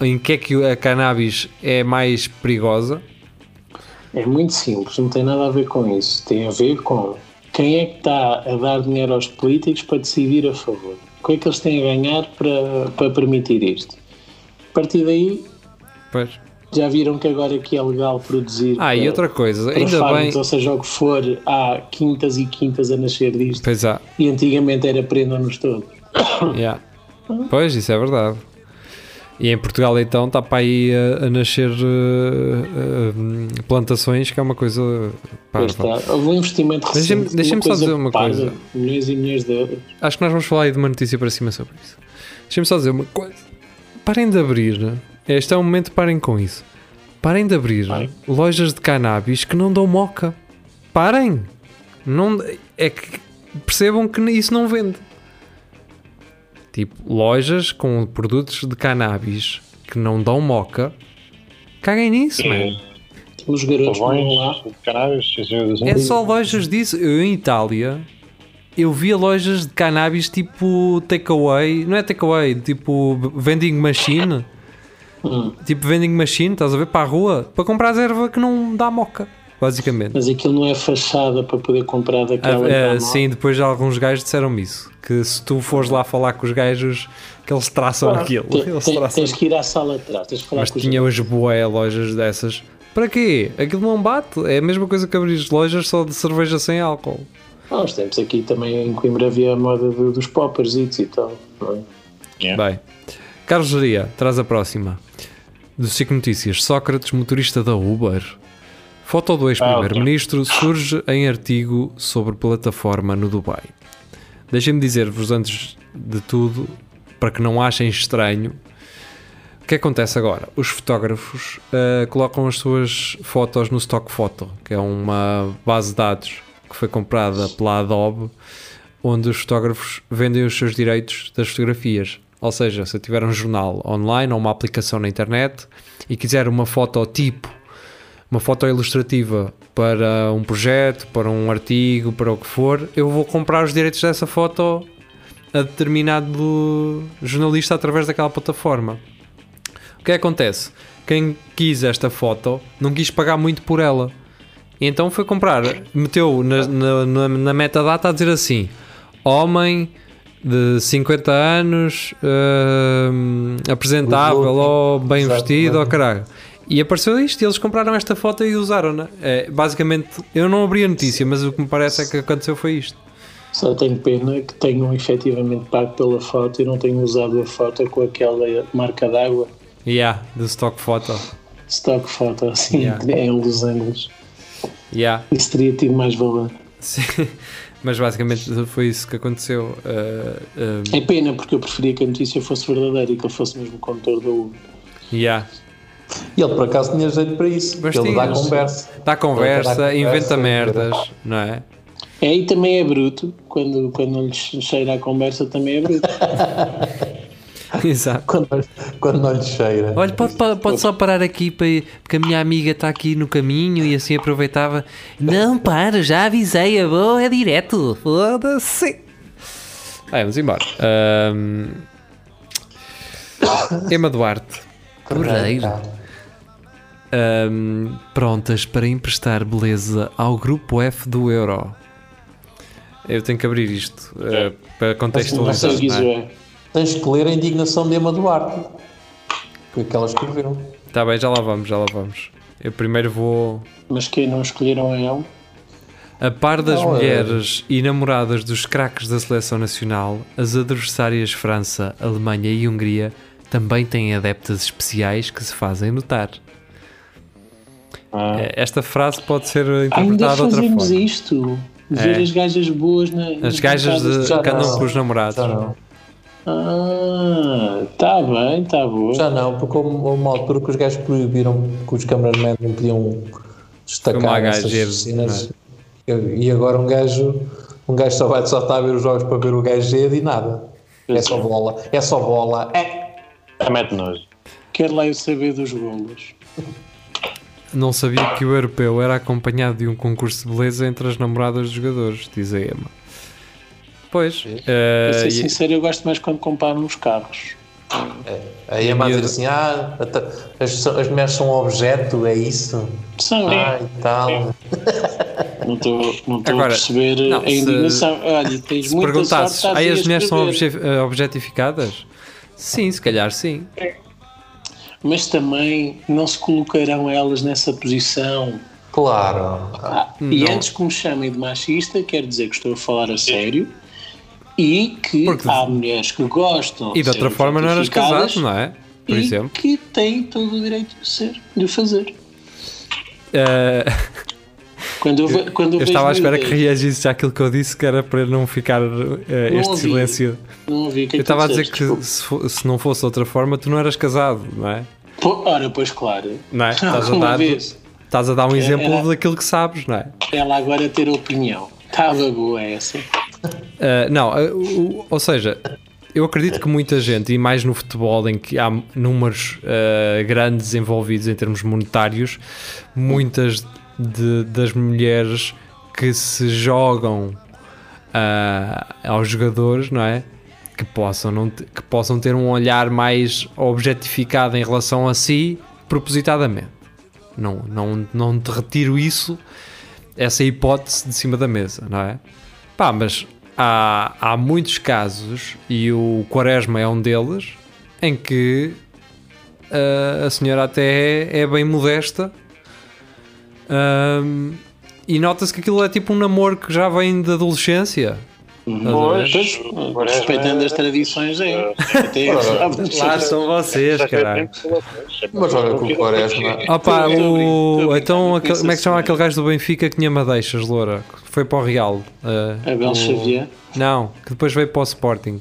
S3: em que é que a cannabis é mais perigosa.
S5: É muito simples, não tem nada a ver com isso. Tem a ver com quem é que está a dar dinheiro aos políticos para decidir a favor. O que é que eles têm a ganhar para, para permitir isto? A partir daí,
S3: Pois.
S5: já viram que agora aqui é legal produzir.
S3: Ah, e outra coisa,
S5: É. para
S3: ainda
S5: farms,
S3: bem.
S5: Ou seja, o que for, há quintas e quintas a nascer disto.
S3: Pois é. há.
S5: E antigamente era prendam-nos todos.
S3: Yeah. Pois, isso é verdade. E em Portugal então está para aí a, a nascer eh, eh, hum, plantações, que é uma coisa
S5: Pois
S3: parva.
S5: está. Houve um investimento
S3: Deixa-me-
S5: recente.
S3: deixa-me só
S5: coisa
S3: dizer uma
S5: parva,
S3: coisa.
S5: Milhões e milhões de euros.
S3: Acho que nós vamos falar aí de uma notícia para cima sobre isso. Deixem-me só dizer uma coisa. Parem de abrir. Este é um momento, parem com isso. Parem de abrir
S5: Parem.
S3: lojas de cannabis que não dão moca. Parem! Não, é que percebam que isso não vende. Tipo, lojas com produtos de cannabis que não dão moca. Caguem nisso, man.
S5: Os garotos
S4: Tá
S5: que vão lá.
S4: Pavões, canários,
S3: É só lojas disso. Eu em Itália, eu via lojas de cannabis tipo takeaway, não é takeaway, tipo vending machine.
S5: Hum.
S3: Tipo vending machine, estás a ver, para a rua, para comprar erva que não dá moca, basicamente.
S5: Mas aquilo não é fachada para poder comprar daquela.
S3: Ah,
S5: que
S3: ah,
S5: está mal.
S3: sim, depois alguns gajos disseram-me isso. Que se tu fores lá falar com os gajos, que eles traçam aquilo.
S5: Te-
S3: Eles
S5: te-
S3: traçam
S5: tens que ir à sala de trás, tens que falar
S3: Mas
S5: com os
S3: tinha umas boé lojas dessas. Para quê? Aquilo não bate. É a mesma coisa que abrir lojas só de cerveja sem álcool.
S5: Há uns tempos aqui também em Coimbra havia a moda do- dos poppers e tal. não é?
S3: Bem, Carlos Jaria, traz a próxima. Do Cico Notícias, Sócrates, motorista da Uber. Foto do ex-primeiro-ministro surge em artigo sobre plataforma no Dubai. Deixem-me dizer-vos antes de tudo, para que não achem estranho, o que acontece agora? Os fotógrafos ah, colocam as suas fotos no Stock Photo, que é uma base de dados que foi comprada pela Adobe, onde os fotógrafos vendem os seus direitos das fotografias. Ou seja, se eu tiver um jornal online ou uma aplicação na internet e quiser uma foto tipo, uma foto ilustrativa para um projeto, para um artigo, para o que for, eu vou comprar os direitos dessa foto a determinado jornalista através daquela plataforma. O que é que acontece? Quem quis esta foto não quis pagar muito por ela. E então foi comprar, meteu na, na, na, na metadata a dizer assim: homem de 50 anos, hum, apresentável
S6: Louco.
S3: ou bem
S6: Exato,
S3: vestido,
S6: bem.
S3: ou caralho. E apareceu isto e eles compraram esta foto e usaram-na. É, basicamente, eu não abri a notícia, mas o que me parece é que aconteceu foi isto.
S5: Só tenho pena que tenham efetivamente pago pela foto e não tenham usado a foto com aquela marca d'água,
S3: Yeah, do stock photo.
S5: stock foto, assim,
S3: Yeah.
S5: em Los Angeles.
S3: Yeah. *laughs*
S5: Isso teria tido mais valor.
S3: Sim, mas basicamente foi isso que aconteceu. Uh,
S5: É pena, porque eu preferia que a notícia fosse verdadeira e que ele fosse mesmo o condutor da Uber.
S3: um, yeah.
S6: E ele por acaso tinha jeito para isso.
S3: Mas
S6: ele
S3: tinha,
S6: dá
S3: mas-
S6: conversa.
S3: Dá Tá conversa,
S6: Dá conversa,
S3: inventa
S6: é
S3: merdas, não é? *laughs*
S5: É, e também é bruto, quando, quando lhe cheira a conversa também é
S3: *laughs*
S5: bruto.
S3: Exato.
S6: Quando, quando não lhe cheira.
S3: Olha, pode, pode, pode só parar aqui para, porque a minha amiga está aqui no caminho e assim aproveitava. Não, para, já avisei, a boa é direto. Foda-se. Ah, vamos embora. Ahm, Emma Duarte. Correiro. Ahm, prontas para emprestar beleza ao grupo F do Euro. Eu tenho que abrir isto eh, para
S5: Não
S3: contextualizar.
S5: sei o que isso
S3: não é?
S5: é.
S6: Tens que ler a indignação de Emma Duarte. Que aquelas que viram.
S3: Tá bem, já lá vamos, já lá vamos. Eu primeiro vou
S5: Mas quem não escolheram é ele.
S3: A par das
S6: Não, é-
S3: mulheres e namoradas dos craques da seleção nacional, as adversárias França, Alemanha e Hungria também têm adeptas especiais que se fazem notar. Eh, Esta frase pode ser
S5: Ainda
S3: interpretada É de outra
S5: fazemos
S3: forma.
S5: isto. Ver
S3: É.
S5: as gajas boas na,
S3: As gajas de,
S5: Já
S3: que andam
S5: não.
S3: com os namorados.
S6: Já não.
S5: Ah, tá bem, tá boa.
S6: Já não, porque houve houve uma altura que os gajos proibiram que os cameramen não podiam
S3: Filmar
S6: destacar
S3: gajeiros,
S6: essas cenas.
S3: é?
S6: E agora um gajo, um gajo só vai só está a ver os jogos para ver o gajeiro e nada. É só bola, é só bola. É.
S4: mete nós.
S5: Quero lá eu saber dos golos.
S3: Não sabia que o europeu era acompanhado de um concurso de beleza entre as namoradas dos jogadores, diz a Emma. Pois. eh,
S5: Para ser
S3: e-
S5: sincero, eu gosto mais quando comparo nos carros.
S6: Aí é mais dizer assim, ah, até- as, as mulheres são objeto, é isso?
S5: São, é.
S6: Ah, e tal.
S5: não estou não tô
S3: Agora,
S5: a perceber
S3: não,
S5: a
S3: se-
S5: indignação. Olha, tens
S3: Se
S5: muita
S3: perguntasses,
S5: sorte, estás
S3: aí
S5: a
S3: as mulheres são eh,
S5: escrever."
S3: obje- eh, objetificadas? Sim, se calhar sim.
S5: mas também não se colocarão elas nessa posição.
S6: Claro.
S5: Ah, e antes que me chamem de machista, quero dizer que estou a falar a sério e que
S3: Porque-
S5: há mulheres que gostam
S3: E de
S5: ser
S3: outra forma não eras
S5: objetificadas
S3: casado, não é? Por
S5: e
S3: exemplo.
S5: que têm todo o direito de ser, de o fazer.
S3: Eh,
S5: Quando eu, ve- quando
S3: eu
S5: eu, vejo
S3: estava à espera que
S5: miúdas-
S3: reagisse àquilo que eu disse, que era para não ficar eh,
S5: Não
S3: este
S5: ouvi.
S3: silêncio.
S5: Não ouvi o que é
S3: Eu
S5: que tu
S3: estava a dizer
S5: disseste,
S3: que
S5: desculpa.
S3: se, fo- se não fosse outra forma, tu não eras casado, não é?
S5: Pô, Ora, pois claro. *laughs*
S3: Não é? Estás a
S5: Uma
S3: dar,
S5: vez. É,
S3: estás a dar um exemplo
S5: era-
S3: daquilo que sabes, não é?
S5: Ela agora ter opinião. Estava boa essa.
S3: Uh, não, uh, o- ou seja, eu acredito que muita gente, e mais no futebol, em que há números uh, grandes envolvidos em termos monetários, muitas de- das mulheres que se jogam uh, aos jogadores, não é? Que possam, não te- que possam ter um olhar mais objetificado em relação a si, propositadamente. Não, não, não te retiro isso, essa hipótese de cima da mesa, não é? Pá, mas há, há muitos casos, e o Quaresma é um deles, em que ah, a senhora até é, é bem modesta Ahm, e nota-se que aquilo é tipo um namoro que já vem da adolescência. Estás a ver?
S5: Pois, respeitando as tradições, é. Até
S3: Lá são vocês,
S4: é
S3: caralho.
S6: Mas olha que o Quaresma.
S3: Opa, Ah, o,
S5: Estou a brincar, estou a brincar,
S3: então
S5: não
S3: aquele- como é que
S5: conheço
S3: chama
S5: a
S3: aquele gajo do Benfica que tinha madeixas, loura? Que foi para o Real. ah,
S5: Abel
S3: o-
S5: Xavier.
S3: Não, que depois veio para o Sporting.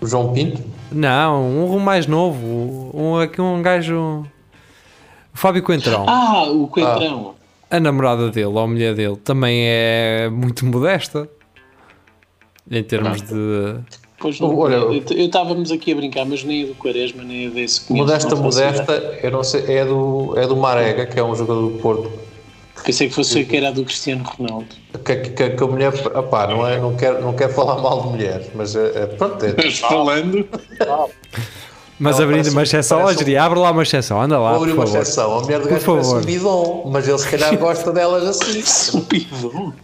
S6: O João Pinto?
S3: Não, um mais novo. Um, aqui um gajo. O Fábio Coentrão.
S5: Ah, o Coentrão.
S3: A namorada dele, ou a mulher dele, também é muito modesta. Em termos de.
S5: Pois não.
S6: Olha,
S5: eu eu estávamos aqui a brincar, mas nem a do Quaresma, nem a desse. conheço,
S6: Modesta,
S5: não faço
S6: modesta, eu não sei, é do, é do Marega, que é um jogador do Porto.
S5: ideia. Pensei que fosse que era a do Cristiano Ronaldo.
S6: Que, que, que a mulher, opá, não, é, não, quero, não quero falar mal de mulheres, mas é, é, pronto, é,
S5: Mas falando.
S3: Mas
S6: Ela
S3: abrindo
S6: parece-
S3: uma exceção,
S6: parece um-
S3: Ogeri, é abre lá uma exceção, anda lá,
S6: vou abrir
S3: por
S6: uma
S3: favor.
S6: exceção. A mulher do
S3: Por
S6: gajo parece
S3: favor.
S6: um bidon, mas ele se calhar gosta
S3: *laughs*
S6: delas assim.
S5: *laughs* Subido.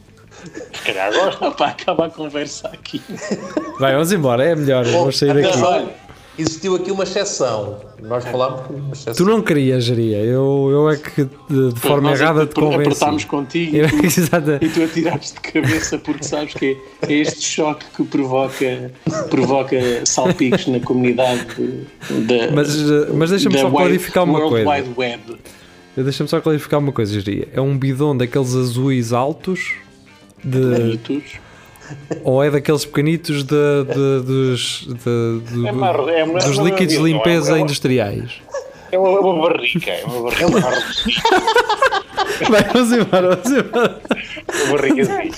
S4: Se calhar gosta.
S5: Opa, acaba a conversa aqui.
S3: Vai, vamos embora, é melhor, vamos sair daqui.
S6: Atenção, Existiu aqui uma exceção. Nós falámos de uma exceção.
S3: Tu não querias, Geria, eu, eu é que de, de forma
S6: é
S5: Nós
S3: errada te
S5: apre- apertámos
S3: convenci.
S5: contigo.
S3: Eu, *laughs* exata-
S5: E tu atiraste de cabeça porque sabes que é este choque que provoca, provoca salpicos na comunidade da.
S3: mas eh, mas deixa-me
S5: da
S3: só
S5: wide-
S3: clarificar uma
S5: World
S3: coisa.
S5: Wide Web.
S3: Deixa-me só clarificar uma coisa, Geria. É um bidão daqueles azuis altos
S4: *laughs*
S3: de,
S5: Brutus.
S3: ou é daqueles pequenitos de, de- dos, de- do-
S4: É marro- é uma-
S3: dos
S4: é uma
S3: líquidos de
S4: bidon, é
S3: limpeza
S4: uma-
S3: industriais? *laughs*
S4: É uma, é uma barrica, é uma barrica, uma barrica,
S3: Vai, vamos embora, vamos embora.
S4: é uma barricazinha.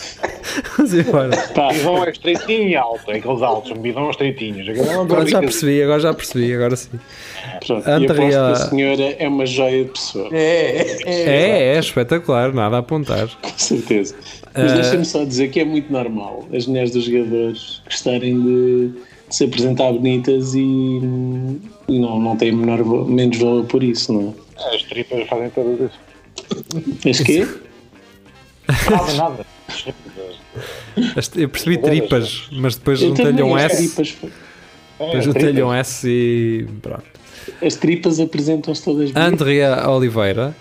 S3: Vamos embora.
S5: Pá,
S4: Bidão é estreitinho e alto, é aqueles altos, um bidão estreitinho. Agora
S3: Agora já percebi, agora já percebi, agora sim.
S5: pronto.
S3: Ante
S5: E aposto que
S3: Ria-
S5: a senhora é uma joia de pessoa,
S6: É, é, é.
S3: É, é espetacular, nada a apontar.
S5: com certeza.
S3: Eh,
S5: Mas deixa-me só dizer que é muito normal as mulheres dos jogadores gostarem de, de se apresentar bonitas e, e não, não têm menor, va- menos valor por isso, não
S4: As tripas fazem todas isso.
S5: é? Mas quê?
S4: Nada, nada.
S3: As- Eu percebi tripas, mas depois
S5: Eu também,
S3: juntam-lhe um
S5: Então, as
S3: S,
S5: tripas-
S4: É,
S3: depois juntam-lhe um S e pronto.
S5: As tripas apresentam-se todas bonitas.
S3: Andrea Oliveira,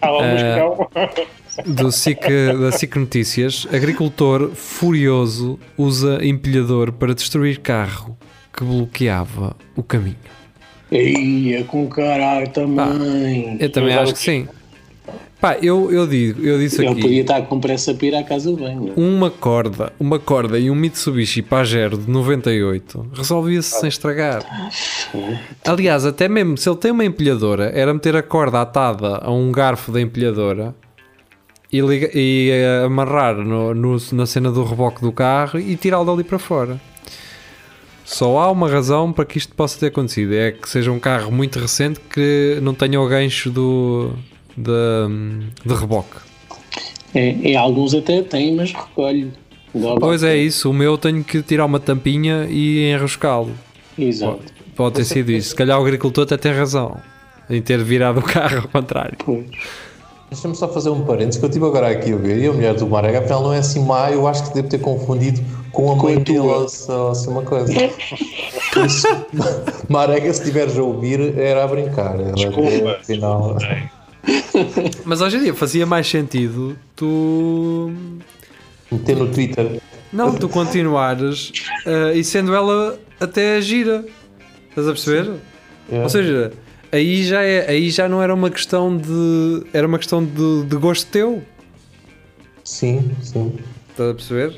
S4: Há lá um escão.
S3: do SIC, da SIC Notícias, agricultor furioso usa empilhador para destruir carro que bloqueava o caminho.
S5: Ei, é com caralho também.
S3: Eu também acho que sim. Pá, eu, eu digo, eu disse
S5: Ele podia
S3: aqui,
S5: estar com pressa para ir à casa bem, não é?
S3: uma corda, uma corda e um Mitsubishi Pajero de 98 resolvia-se sem estragar. Aliás, até mesmo se ele tem uma empilhadora, era meter a corda atada a um garfo da empilhadora e, liga- e, eh, amarrar no- no- na cena do reboque do carro e tirá-lo dali para fora. Só há uma razão para que isto possa ter acontecido: é que seja um carro muito recente que não tenha o gancho do, de, de reboque.
S5: É, é, alguns até têm, mas recolho. Dobra.
S3: Pois é, isso. O meu tenho que tirar uma tampinha e enroscá-lo.
S5: Exato.
S3: Pode ter sido isso. Se calhar o agricultor até tem razão em ter virado o carro ao contrário.
S5: Pois.
S6: Deixa-me só fazer um parênteses que eu estive agora aqui a ver e a mulher do Marega, afinal não é assim má, eu acho que devo ter confundido com a mãe
S5: a tua.
S6: dele ou se- ou assim uma coisa. Isso, Marega, se estiveres a ouvir, era a brincar. Era
S4: Desculpa.
S6: Afinal,
S3: Mas hoje em dia fazia mais sentido tu.
S6: meter no Twitter.
S3: Não, tu continuares eh, e sendo ela até gira. Estás a perceber?
S6: Yeah.
S3: Ou seja, aí já, é, aí já não era uma questão de. Era uma questão de, de gosto teu.
S6: Sim, sim.
S3: Estás a perceber?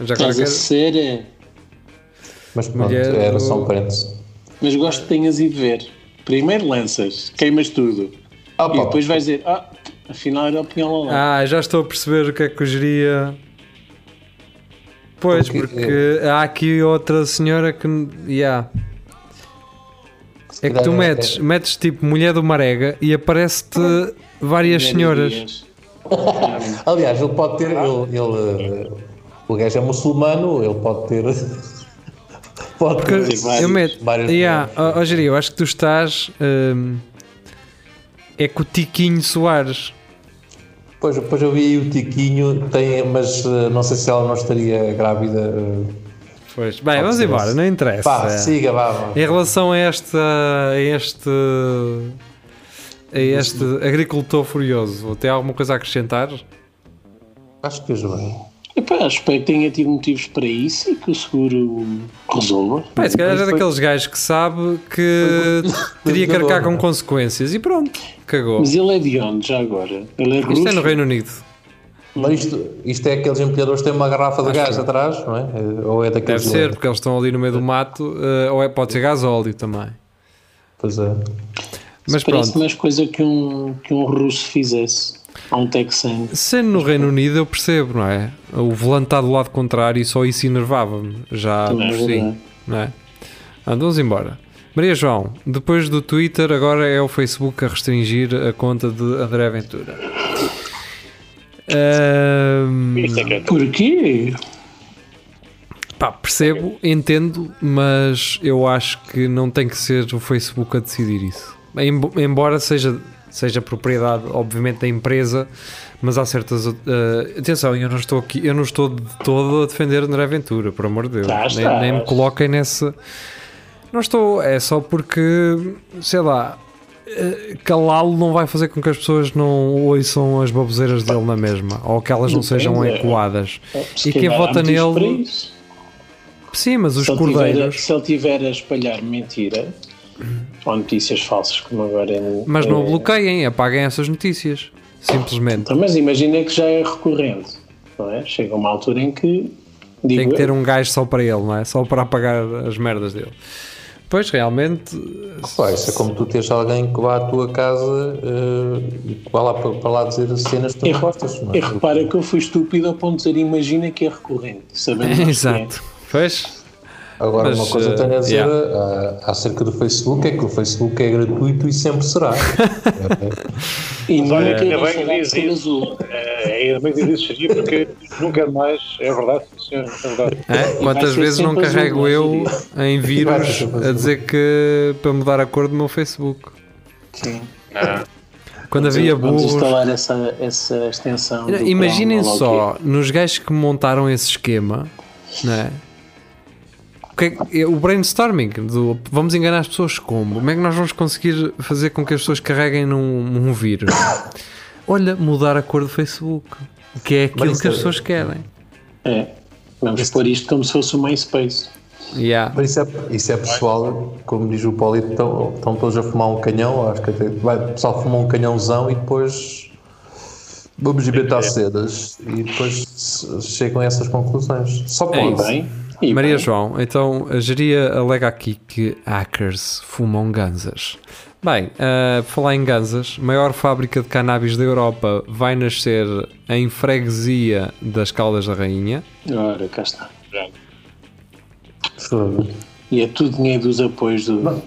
S3: Já agora
S5: Estás a
S3: quero-
S5: ser, é.
S6: Mas pronto,
S3: Mulher
S6: era
S3: do-
S6: só um parênteses.
S5: Mas gosto que tenhas ido ver. Primeiro lanças, queimas tudo.
S6: Ah,
S5: e
S6: pá.
S5: depois vais dizer, ah, afinal era o pinhal lá.
S3: Ah, já estou a perceber o que é que eu geria. Pois,
S6: Porque-
S3: porque há aqui outra senhora que. Yeah.
S6: se
S3: É que tu
S6: calhar era-
S3: metes, metes tipo mulher do Marega e aparece-te várias senhoras.
S6: Aliás, ele pode ter. Ele, ele, eh, o gajo é muçulmano, ele pode ter. *laughs* pode ter.
S3: Porque
S5: várias-
S3: eu meto.
S6: várias
S3: Yeah, ó, ó, Jeria, eu acho que tu estás. hum, é com o Tiquinho Soares.
S6: Pois, pois eu vi aí o Tiquinho, tem, mas eh, não sei se ela não estaria grávida. eh.
S3: Pois. Bem,
S6: Pode
S3: vamos
S6: ser
S3: embora,
S6: esse.
S3: não interessa.
S6: Pá, siga, vá. vá.
S3: Em relação a esta. A este. A este agricultor furioso, tem alguma coisa a acrescentar?
S6: Acho que fez bem.
S5: Epá, espero que tenha tido motivos para isso e que o seguro resolva.
S3: Pá, se calhar é daqueles gajos que sabe que teria que arcar com consequências e pronto, cagou.
S5: Mas ele é de onde já agora? Ele é russo?
S3: Isto é no Reino Unido.
S6: Mas isto, isto é aqueles empilhadores que têm uma garrafa de gás atrás, não é? Eh, Ou é daqueles.
S3: Deve ser, porque eles estão ali no meio do mato, eh, ou é, pode ser gás óleo também.
S6: Pois é.
S3: Mas
S5: Parece
S3: pronto.
S5: mais coisa que um, que um russo fizesse. Ou um texano.
S3: Sendo no Reino Unido, eu percebo, não é? O volante está do lado contrário e só isso enervava-me já
S5: Também é
S3: por si,
S5: verdade.
S3: não é? Andamos embora. Maria João, depois do Twitter, agora é o Facebook a restringir a conta de André Ventura. Ahm,
S4: Isto é que é
S5: Porquê?
S3: pá, percebo, entendo, mas eu acho que não tem que ser o Facebook a decidir isso. Embo- Embora seja, seja propriedade, obviamente, da empresa, mas há certas. out- eh, atenção, eu não estou aqui, eu não estou de todo a defender André Ventura, por amor de Deus.
S5: Tá,
S3: nem,
S5: estás.
S3: nem me coloquem nessa. Não estou, é só porque, sei lá, eh, calá-lo não vai fazer com que as pessoas não ouçam as baboseiras dele na mesma, ou que elas não sejam
S5: Depende.
S3: ecoadas.
S5: É, Se
S3: E quem
S5: calhar há
S3: vota
S5: motivos
S3: nele-
S5: para isso.
S3: Sim, mas os
S5: se, ele tiver,
S3: cordeiros.
S5: se ele tiver a espalhar mentira ou notícias falsas, como agora é. no-
S3: Mas não
S5: é-
S3: bloqueiem, apaguem essas notícias. Simplesmente.
S5: Então, Mas imagina que já é recorrente, não é? Chega uma altura em que. Digo,
S3: Tem que ter
S5: eu,
S3: um gajo só para ele, não é? Só para apagar as merdas dele. Pois
S5: *laughs*
S3: realmente.
S6: Pá, isso é como tu teres alguém que vá à tua casa eh, e que vá lá para, para lá dizer as cenas
S3: um
S6: que tu
S5: E
S6: não
S5: re-
S6: gostas. não é?
S5: e repara que eu fui estúpido ao ponto de dizer, imagina que é recorrente, sabemos que
S3: *laughs*
S5: é.
S3: Exato. Pois?
S6: Agora,
S3: Mas,
S6: uma coisa
S3: eh,
S6: tenho a dizer
S3: yeah.
S6: ah, acerca do Facebook é que o Facebook é gratuito e sempre será.
S5: E não é que
S4: ainda
S5: eu
S4: bem que
S5: chegar
S4: diz
S5: de cor
S4: isso.
S5: azul.
S4: É, ainda bem que diz isso, Sergi, porque nunca mais. É verdade, sim, senhor, é verdade.
S3: É? Quantas
S5: ser
S3: vezes não
S5: sempre azul,
S3: carrego
S5: não é,
S3: eu em
S6: Vai
S3: vírus
S6: ser sempre
S3: a
S6: azul.
S3: dizer que para mudar a cor do meu Facebook?
S5: Sim.
S3: Quando havia
S5: Vamos
S3: burros.
S5: instalar essa, essa extensão. do
S3: Imaginem
S5: Chrome, ou lá o
S3: só, nos gajos que montaram esse esquema, não é? O que é que- é o brainstorming do vamos enganar as pessoas como? Como é que nós vamos conseguir fazer com que as pessoas carreguem num, num vírus? Olha, mudar a cor do Facebook, que é aquilo
S6: Mas isso
S3: que as
S6: é-
S3: pessoas querem.
S5: quê? É. Vamos pôr isto como se fosse o MySpace.
S3: Yeah.
S6: Mas isso é, isso é pessoal, como diz o Paulito, estão, estão todos a fumar um canhão, acho que até, vai, o pessoal fuma um canhãozão e depois vamos
S3: É.
S6: inventar cedas e depois se- chegam a essessas conclusões. Só pode.
S3: isso.
S5: tá Bem, e
S3: Maria
S5: bem,
S3: João, então a geria alega aqui que hackers fumam ganzas. Bem, ah, por falar em ganzas, maior fábrica de cannabis da Europa vai nascer em freguesia das Caldas da Rainha.
S5: Ora, cá está.
S6: Fogo.
S5: E é tudo dinheiro dos apoios do.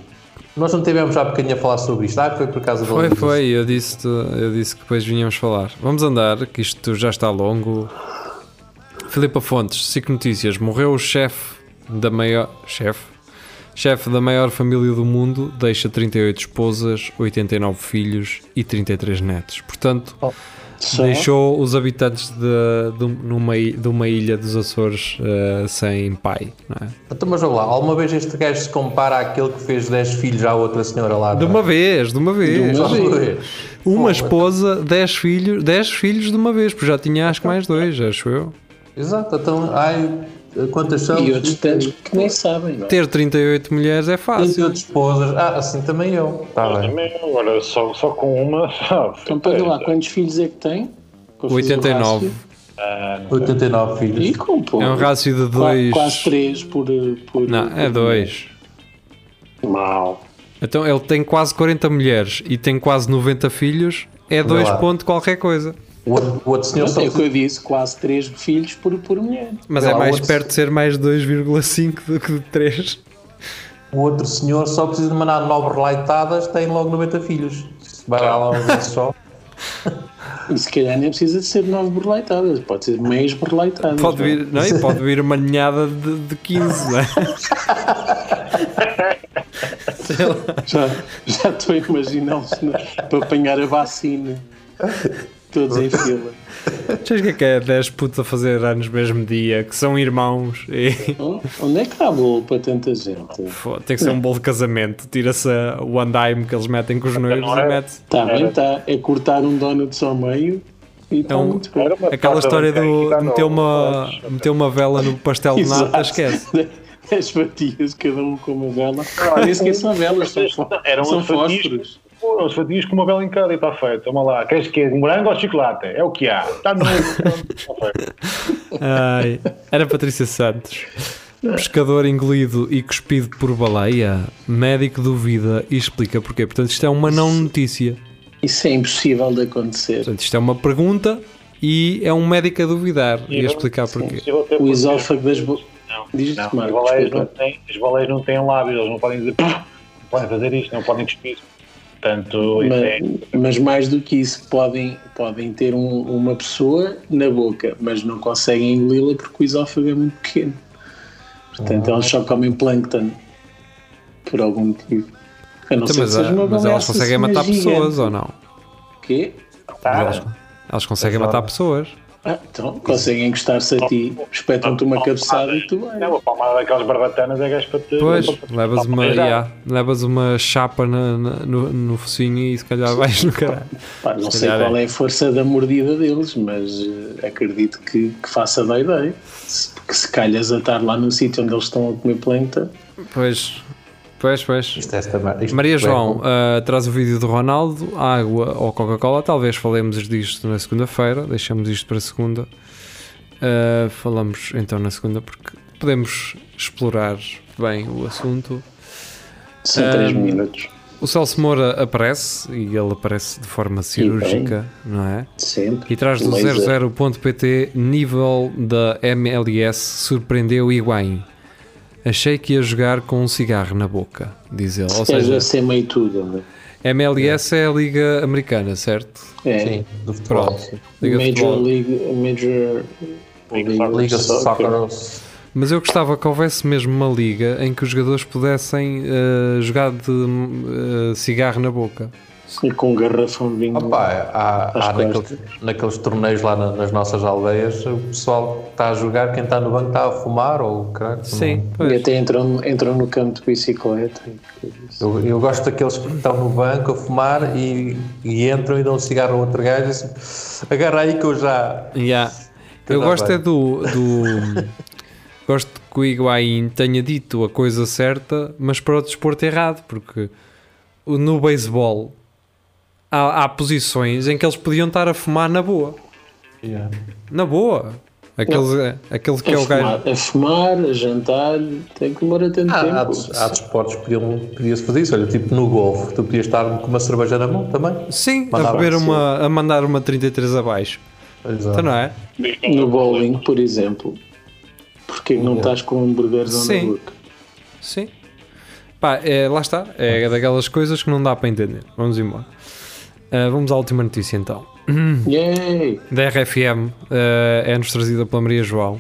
S6: Nós não tivemos já bocadinho a falar sobre isto. Ah, foi por causa da
S3: Foi,
S6: Luísa.
S3: foi, eu disse, eu disse que depois vinhamos falar. Vamos andar, que isto já está longo. Filipa Fontes, 5 notícias. Morreu o chefe da maior. Chefe? Chefe da maior família do mundo, deixa 38 esposas, 89 filhos e 33 netos. Portanto,
S5: Só
S3: Deixou os habitantes de, de, numa i- de uma ilha dos Açores eh, sem pai, não é?
S6: Então, mas vamos lá, alguma vez este gajo se compara àquele que fez 10 filhos à outra senhora lá?
S3: De
S6: não é?
S3: uma vez, de uma vez.
S6: Só uma vez.
S3: Uma
S6: Pô,
S3: esposa, 10 filhos, 10 filhos de uma vez, porque já tinha acho que mais dois, acho eu.
S6: Exato, então, ai, quantas são?
S5: e outros tantos que nem sabem, não é?
S3: Ter 38 mulheres é
S6: E
S3: fácil.
S6: outras esposas. Ah, assim também eu. Tá bem.
S4: Também, agora, só, só com uma. *laughs* Ah,
S5: Então pega lá, quantos filhos é que tem? Com o
S3: 89.
S5: filho do Rácio.
S4: ah, não.
S6: 89 filhos.
S5: E com pô,
S3: É um rácio de
S5: qua-
S3: 2.
S5: Quase 3 por, por.
S3: Não, é 2.
S5: Mal.
S3: Então ele tem quase 40 mulheres e tem quase 90 filhos, é 2
S6: lá.
S3: ponto qualquer coisa.
S6: O outro, o outro senhor
S5: Mas
S6: só
S5: é o que eu disse, quase 3 filhos por, por mulher.
S3: Mas
S6: Vê
S3: é
S6: lá,
S3: mais
S6: outro-
S3: perto de ser mais 2,5 do que de 3.
S6: O outro senhor só precisa de mandar nove relaitadas, tem logo 90 filhos. Vai lá lá um só.
S5: E se calhar nem precisa de ser 9 borleitadas, pode ser meias borleitadas.
S3: Pode
S5: não é?
S3: vir,
S6: *laughs*
S3: não, e pode vir uma ninhada de, de 15, não é? Sei lá.
S5: Já, já estou a imaginá-los na- para apanhar a vacina. Todos em fila.
S3: Sabes o que é que é 10 putos a fazer anos mesmo dia, que são irmãos e
S5: Hum? Onde é que está bolo para tanta gente?
S3: Pô, tem que ser um bolo de casamento. Tira-se a- o andaime que eles metem com os noivos
S4: Não é?
S3: e mete
S5: Está bem, está. É cortar um donut só ao meio e está
S3: Então,
S5: muito bem.
S4: Era uma
S3: aquela
S4: tarde
S3: história
S4: de alguém
S3: do,
S4: que
S3: de meter,
S4: dá
S3: uma,
S4: no-
S3: meter uma vela no pastel de nata,
S5: Exato.
S3: um esquece.
S5: *laughs* 10 fatias, cada um com uma vela. Ah, nem sequer são velas, são, fó-
S4: Eram
S5: são
S4: uns fatias-
S5: fósforos.
S4: Pô, Os fatias com uma bela em cada e está feito. Toma lá, queres que é? de Morango ou chocolate? É o que há.
S3: *laughs*
S4: Está no. Está feito.
S3: Ai, era Patrícia Santos. Pescador engolido e cuspido por baleia. Médico duvida e explica porquê. Portanto, isto é uma não notícia.
S5: Isso é impossível de acontecer.
S3: Portanto, isto é uma pergunta e é um médico a duvidar e a explicar porquê.
S4: Possível até
S5: O
S4: porque-
S5: esófago das. bo-
S4: Não,
S5: Diz-te,
S4: não,
S5: Marco,
S4: Os baleias
S5: desculpa.
S4: não, têm, os baleias não têm lábios, eles não podem dizer. Não podem fazer isto, não podem cuspir. Portanto, isso é.
S5: Mas, mas mais do que isso, podem, podem ter um- uma pessoa na boca, mas não conseguem engoli-la porque o esófago é muito pequeno. Portanto,
S3: Ah.
S5: eles só comem plâncton por algum motivo. A não
S3: Então,
S5: ser que
S3: mas,
S5: seja uma
S3: mas
S5: baleia
S3: elas conseguem
S5: assassina
S3: matar
S5: gigante.
S3: pessoas ou não?
S5: Quê?
S4: Ah,
S3: Elas, elas conseguem matar pessoas.
S5: Ah, então, conseguem encostar-se a ti, espetam-te uma cabeçada e tu vais.
S4: Não, a palmada daquelas barbatanas é gajo para te.
S3: Pois,
S4: para te-
S3: levas uma,
S4: Já.
S3: já, levas uma chapa na- na- no, no focinho e se calhar vais no caralho.
S5: Pá, não
S3: Se
S5: sei
S3: calhar
S5: qual
S3: é.
S5: é a força da mordida deles, mas eh, acredito que, que faça da ideia. Se- Que se calhas a estar lá no sítio onde eles estão a comer planta,
S3: Pois, pois, pois.
S6: Isto é esta mar- isto
S3: Maria
S6: é-
S3: João, ah, traz o vídeo do Ronaldo, água ou Coca-Cola. Talvez falemos disto na segunda-feira, deixamos isto para segunda. Ah, falamos então na segunda porque podemos explorar bem o assunto.
S5: são
S3: Ah,
S5: 3 minutos.
S3: O Celso Moura aparece e ele aparece de forma cirúrgica, não é?
S5: Sempre.
S3: E traz do
S5: Laser.
S3: 00.pt nível da MLS surpreendeu Higuaín. Achei que ia jogar com um cigarro na boca, diz ele. Ou
S5: Queres
S3: seja,
S5: a ser meio tudo, né?
S3: MLS é a Liga Americana, certo?
S5: É.
S6: Sim, do futebol.
S3: Pronto.
S6: sim.
S3: Liga de
S5: Major
S3: Futebol.
S5: League. Major League
S4: Então,
S6: Liga
S5: Soccer.
S6: Soccer.
S3: Mas eu gostava que houvesse mesmo uma liga em que os jogadores pudessem eh, jogar de eh, cigarro na boca.
S5: E com um garrafão de vinho.
S6: Opa, há, há
S5: Às costas.
S6: naqueles, naqueles torneios lá na- nas nossas aldeias, o pessoal que está a jogar, quem está no banco está a fumar ou caralho.
S3: Sim,
S5: e
S3: pois.
S5: até entram, entram no campo de bicicleta.
S6: Eu, eu gosto daqueles que estão no banco a fumar e, e entram e dão um cigarro a outro gajo e assim, agarra aí que eu já.
S3: Yeah. Eu
S6: Tudo
S3: gosto
S6: bem.
S3: é do. do- gosto que o Higuaín tenha dito a coisa certa, mas para o desporto errado, porque o- no beisebol há, há posições em que eles podiam estar a fumar na boa. Na boa. Aquele, aquele que é
S5: a,
S3: o gajo.
S5: fumar, a fumar, a jantar, tem que demorar tanto
S6: Há, Ah, há,
S5: tempo.
S6: des- há desportos que podiam- podia-se fazer isso. Olha, tipo no golfe, tu podias estar com uma cerveja na mão também.
S3: Sim, a,
S6: Mandar
S3: beber
S6: abaixo.
S3: uma, a mandar uma 33 abaixo.
S6: Exato.
S3: Então não é?
S5: No bowling, por exemplo. Porquê que não estás com um hambúrguer na
S3: Sim.
S5: boca?
S3: Sim. Pá, é, lá está. É daquelas coisas que não dá para entender. Vamos embora. Ah, vamos à última notícia então.
S5: Yay!
S3: Da RFM ah, é-nos trazida pela Maria João.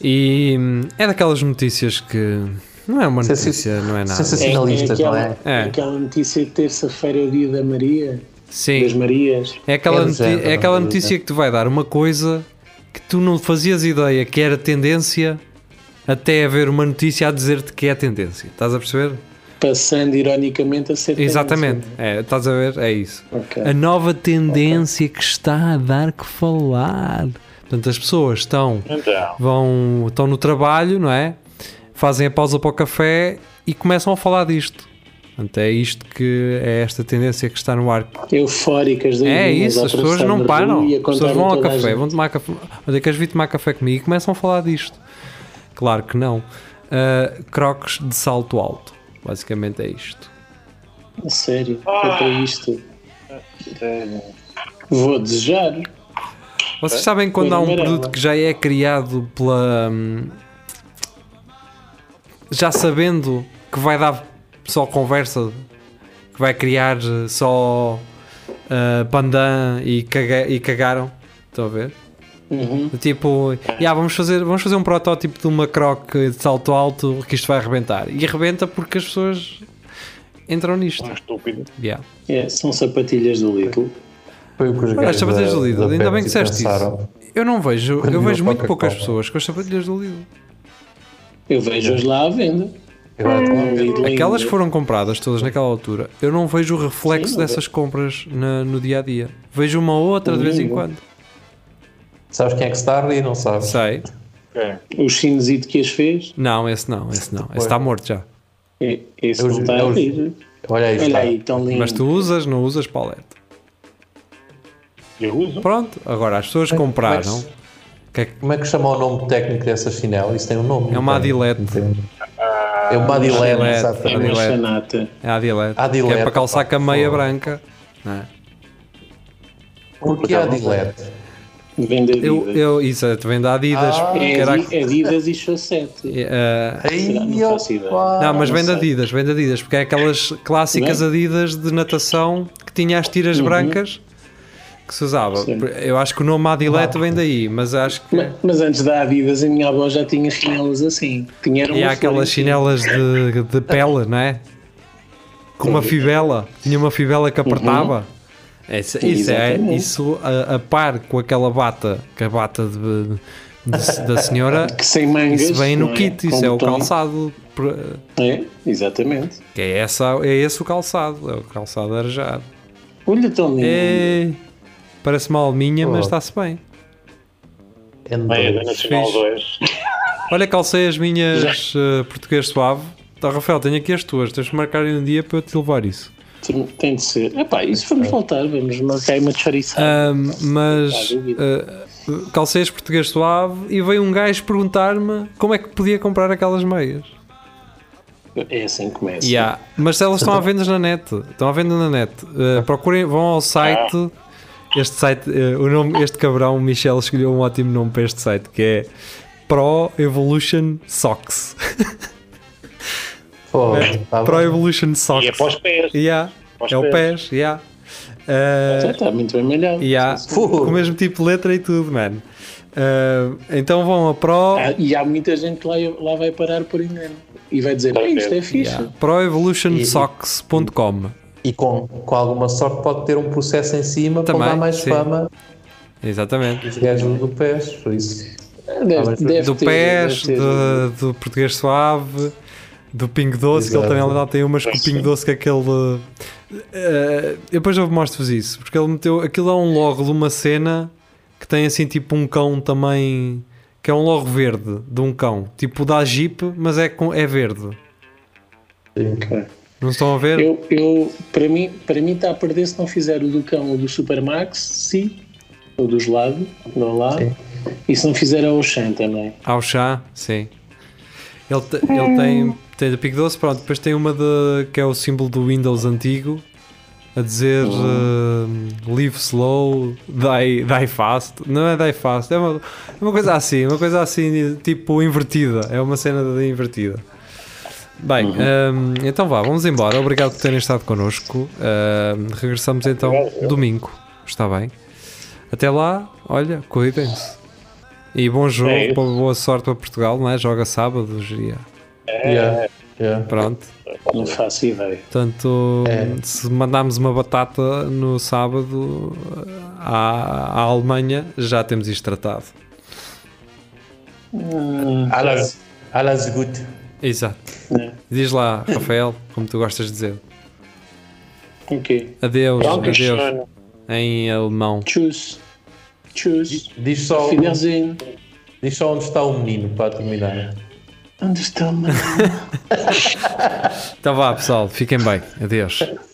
S3: E hum, é daquelas notícias que não é uma
S6: Sensa-
S3: notícia, não é nada.
S5: É, é
S6: Sensacionalistas, não
S5: aquela,
S6: é?
S3: É.
S5: aquela notícia de terça-feira, o dia da Maria. das
S3: Sim.
S5: Marias.
S3: É aquela,
S6: É do
S3: noti-
S6: género,
S3: é aquela
S6: é do
S3: notícia
S6: género.
S3: que te vai dar uma coisa que tu não fazias ideia que era tendência até haver uma notícia a dizer-te que é tendência. Estás a perceber?
S5: Passando ironicamente a ser.
S3: Exatamente. É, estás a ver? É isso.
S5: Ok.
S3: A nova tendência que está a dar que falar. Portanto, as pessoas estão
S4: Então,
S3: vão, estão no trabalho, não é? Fazem a pausa para o café e começam a falar disto. Portanto, é isto que é esta tendência que está no ar.
S5: Eufóricas da
S3: É
S5: menina,
S3: isso,
S5: a
S3: as pessoas
S5: atravessar
S3: não
S5: na
S3: param.
S5: rua e a
S3: As pessoas
S5: contar
S3: vão ao
S5: toda a
S3: café,
S5: gente.
S3: vão tomar café. Olha, queres vir tomar café comigo? E começam a falar disto. Claro que não. Ah, crocs de salto alto. Basicamente é isto.
S5: A Sério, é para isto. Vou desejar.
S3: Vocês sabem quando há um
S5: Primeira
S3: produto
S5: aula.
S3: que já é criado pela. hum, já sabendo que vai dar só conversa, que vai criar eh, só ah, pandan e, caga- e cagaram? Estão a ver?
S5: Uhum.
S3: Tipo, "Ya, vamos, fazer, vamos fazer um protótipo de uma croc de salto alto que isto vai arrebentar. E arrebenta porque as pessoas entram nisto.
S4: um estúpido.
S3: Yeah.
S5: É, são sapatilhas do Lidl.
S6: Foi o que os
S3: Olha, as
S6: gajos
S3: sapatilhas
S6: da-
S3: do Lidl,
S6: da
S3: ainda bem que
S6: Pepsi
S3: disseste
S6: pensaram.
S3: isso. Eu não vejo, eu
S6: Quando
S3: vejo
S6: uma
S3: muito
S6: Coca-Cola.
S3: poucas pessoas com as sapatilhas do Lidl.
S5: Eu vejo-as lá à venda.
S6: Eu acho que-
S5: Lidl
S3: Aquelas que
S5: ainda.
S3: foram compradas todas naquela altura, eu não vejo o reflexo
S5: Sim,
S6: é-
S3: dessas compras na- no dia a dia. Vejo uma ou outra de vez em
S5: Sim.
S3: quando.
S6: Sabes quem é que está a rir, não sabes?
S3: Sei.
S4: É.
S5: O chinesito que as fez,
S3: Não, esse não, esse não. Esse
S6: Pois.
S3: está morto já.
S5: é- esse
S6: Eu-
S5: não está
S6: eu-
S5: a rir.
S6: Olha aí,
S5: Olha
S6: está.
S5: aí, tão lindo.
S3: Mas tu usas, não usas palete.
S4: Eu uso.
S3: Pronto, agora as pessoas compraram.
S6: mas-
S3: Que é, que-
S6: Como é que chama o nome técnico dessa chinela? Isso tem um nome.
S3: É
S6: não
S3: uma
S6: tem?
S3: Adilete.
S6: Não tem. É uma adilete,
S3: Adilete.
S5: é uma
S6: exatamente.
S3: Adilete.
S5: chanata.
S3: é a Adilete.
S6: Adilete,
S3: que é para calçar
S6: pá,
S3: com a meia
S6: foda.
S3: branca. não é?
S6: Porquê adilete?
S5: Vende Adidas.
S3: Eu, eu, isso, eu te vendo a Adidas.
S6: Ah.
S5: É
S3: caraca.
S5: Adi- Adidas e Chaussette.
S3: É, ah,
S6: Aí,
S5: Não faço
S6: ó,
S5: ideia.
S6: pá.
S3: não, mas
S5: não
S3: vende
S5: sei.
S3: Adidas, vende Adidas, porque é aquelas clássicas
S5: Bem.
S3: Adidas de natação que tinha as tiras brancas que se usava.
S5: Uhum. Sim.
S3: Eu acho que o nome Adilete vem daí, mas acho que.
S5: Ma- Mas antes da Adidas, a minha avó já tinha chinelas assim. Tinha era
S3: E
S5: uma
S3: há aquelas
S5: flor em
S3: chinelas de, de pele, não é? Com uma fibela. Tinha uma fibela que apertava. Essa- isso, é,
S5: Uhum. Exatamente.
S3: isso a, a par com aquela bata, que a bata de- de- da
S5: *laughs*
S3: senhora,
S5: cima. Que sem mangas.
S3: isso vem no
S5: não é?
S3: kit,
S5: Com
S3: isso é o
S5: botões.
S3: calçado. pre-
S5: É, exatamente.
S3: Que é, essa, é esse o calçado, é o calçado arejado.
S5: Olha tão lindo.
S3: É, parece mal minha, mas
S6: Oh.
S3: está-se bem.
S6: é
S4: Meia
S6: Andou.
S4: da Nacional
S3: Fixe.
S4: 2.
S3: Olha, calcei as minhas eh, português suave. Tá, Rafael, tenho aqui as tuas, tens de marcar aí um dia para eu te levar isso.
S5: Tem, tem de ser. Epá, isso vamos voltar, vamos marcar uma choriçada.
S3: Ahm, mas
S5: Não há
S3: ah, calcei as português suave e veio um gajo perguntar-me como é que podia comprar aquelas meias.
S5: É assim que começa.
S3: Ya, Mas elas estão à venda na net. Estão à venda na net. Ah, procurem, vão ao site. Este site, ah, o nome, este cabrão, o Michel, escolheu um ótimo nome para este site que é Pro Evolution Socks.
S6: Pô, tá
S3: Pro
S6: bom.
S3: Evolution Socks.
S4: E é para os pés.
S3: Ya,
S4: Para os
S3: É o
S4: pés.
S3: pés. ya.
S5: Já
S3: Ah,
S5: está Então tá, muito bem malhado.
S3: Yeah.
S5: Sim, sim.
S6: Fogo.
S3: Com o mesmo tipo de letra e tudo, mano. Ah, então vão a Pro.
S5: Ah, E há muita gente que lá, lá vai parar por engano. E vai dizer, "Bem, isto é fixe.
S3: yeah, ProEvolutionSocks.com.
S6: E com, com alguma sorte pode ter um processo em cima
S3: Também,
S6: para dar mais
S3: sim.
S6: fama.
S3: Exatamente.
S6: Os gajos do pés, por isso.
S5: Ah, Deve,
S6: mas
S5: deve
S3: Do
S5: ter-
S3: pés,
S5: deve ter-
S3: do, do português suave, do Pingo Doce, que ele
S6: Exato.
S3: também lá tem umas com o Pingo Doce que é aquele. eh, depois eu mostro-vos isso, porque ele meteu. Aquilo é um logo de uma cena que tem assim tipo um cão também. Que é um logo verde de um cão, tipo da Jeep, mas é, com, é verde.
S5: Ok.
S3: Não estão a ver?
S5: Eu, eu, para mim, para mim está a perder se não fizer o do cão ou do Supermax, sim, o do gelado, do lado,
S6: Sim.
S5: e se não fizer a Oxan também.
S3: Ao chá, sim. Ele, te- ele tem, tem do Pico Doce, pronto. Depois tem uma de, que é o símbolo do Windows antigo a dizer eh, Live slow, die, die fast. Não é die fast, é uma, é uma coisa assim, uma coisa assim, tipo invertida. É uma cena de invertida. Bem, ehm, então vá, vamos embora. Obrigado por terem estado connosco. Ehm, regressamos então domingo. Está bem? Até lá, olha, cuidem-se. E bom jogo,
S4: É isso.
S3: boa boa sorte para Portugal, não é? Joga sábados e ah,
S6: Yeah, yeah.
S3: pronto.
S5: Não faço ideia.
S3: Portanto,
S4: É.
S3: se mandarmos uma batata no sábado à, à Alemanha, já temos isto tratado.
S6: Alas, alas gut.
S3: Exato.
S4: É.
S5: Né?
S3: Diz lá, Rafael, como tu gostas de dizer.
S5: Ok.
S3: Adeus, adeus.
S5: Dankeschön.
S3: Em alemão.
S5: Tschüss. Tschüss.
S6: Diz só,
S5: Wiedersehen.
S6: diz só onde está o menino para terminar.
S5: Onde está o meu-
S3: Então vá, pessoal, fiquem bem. Adeus.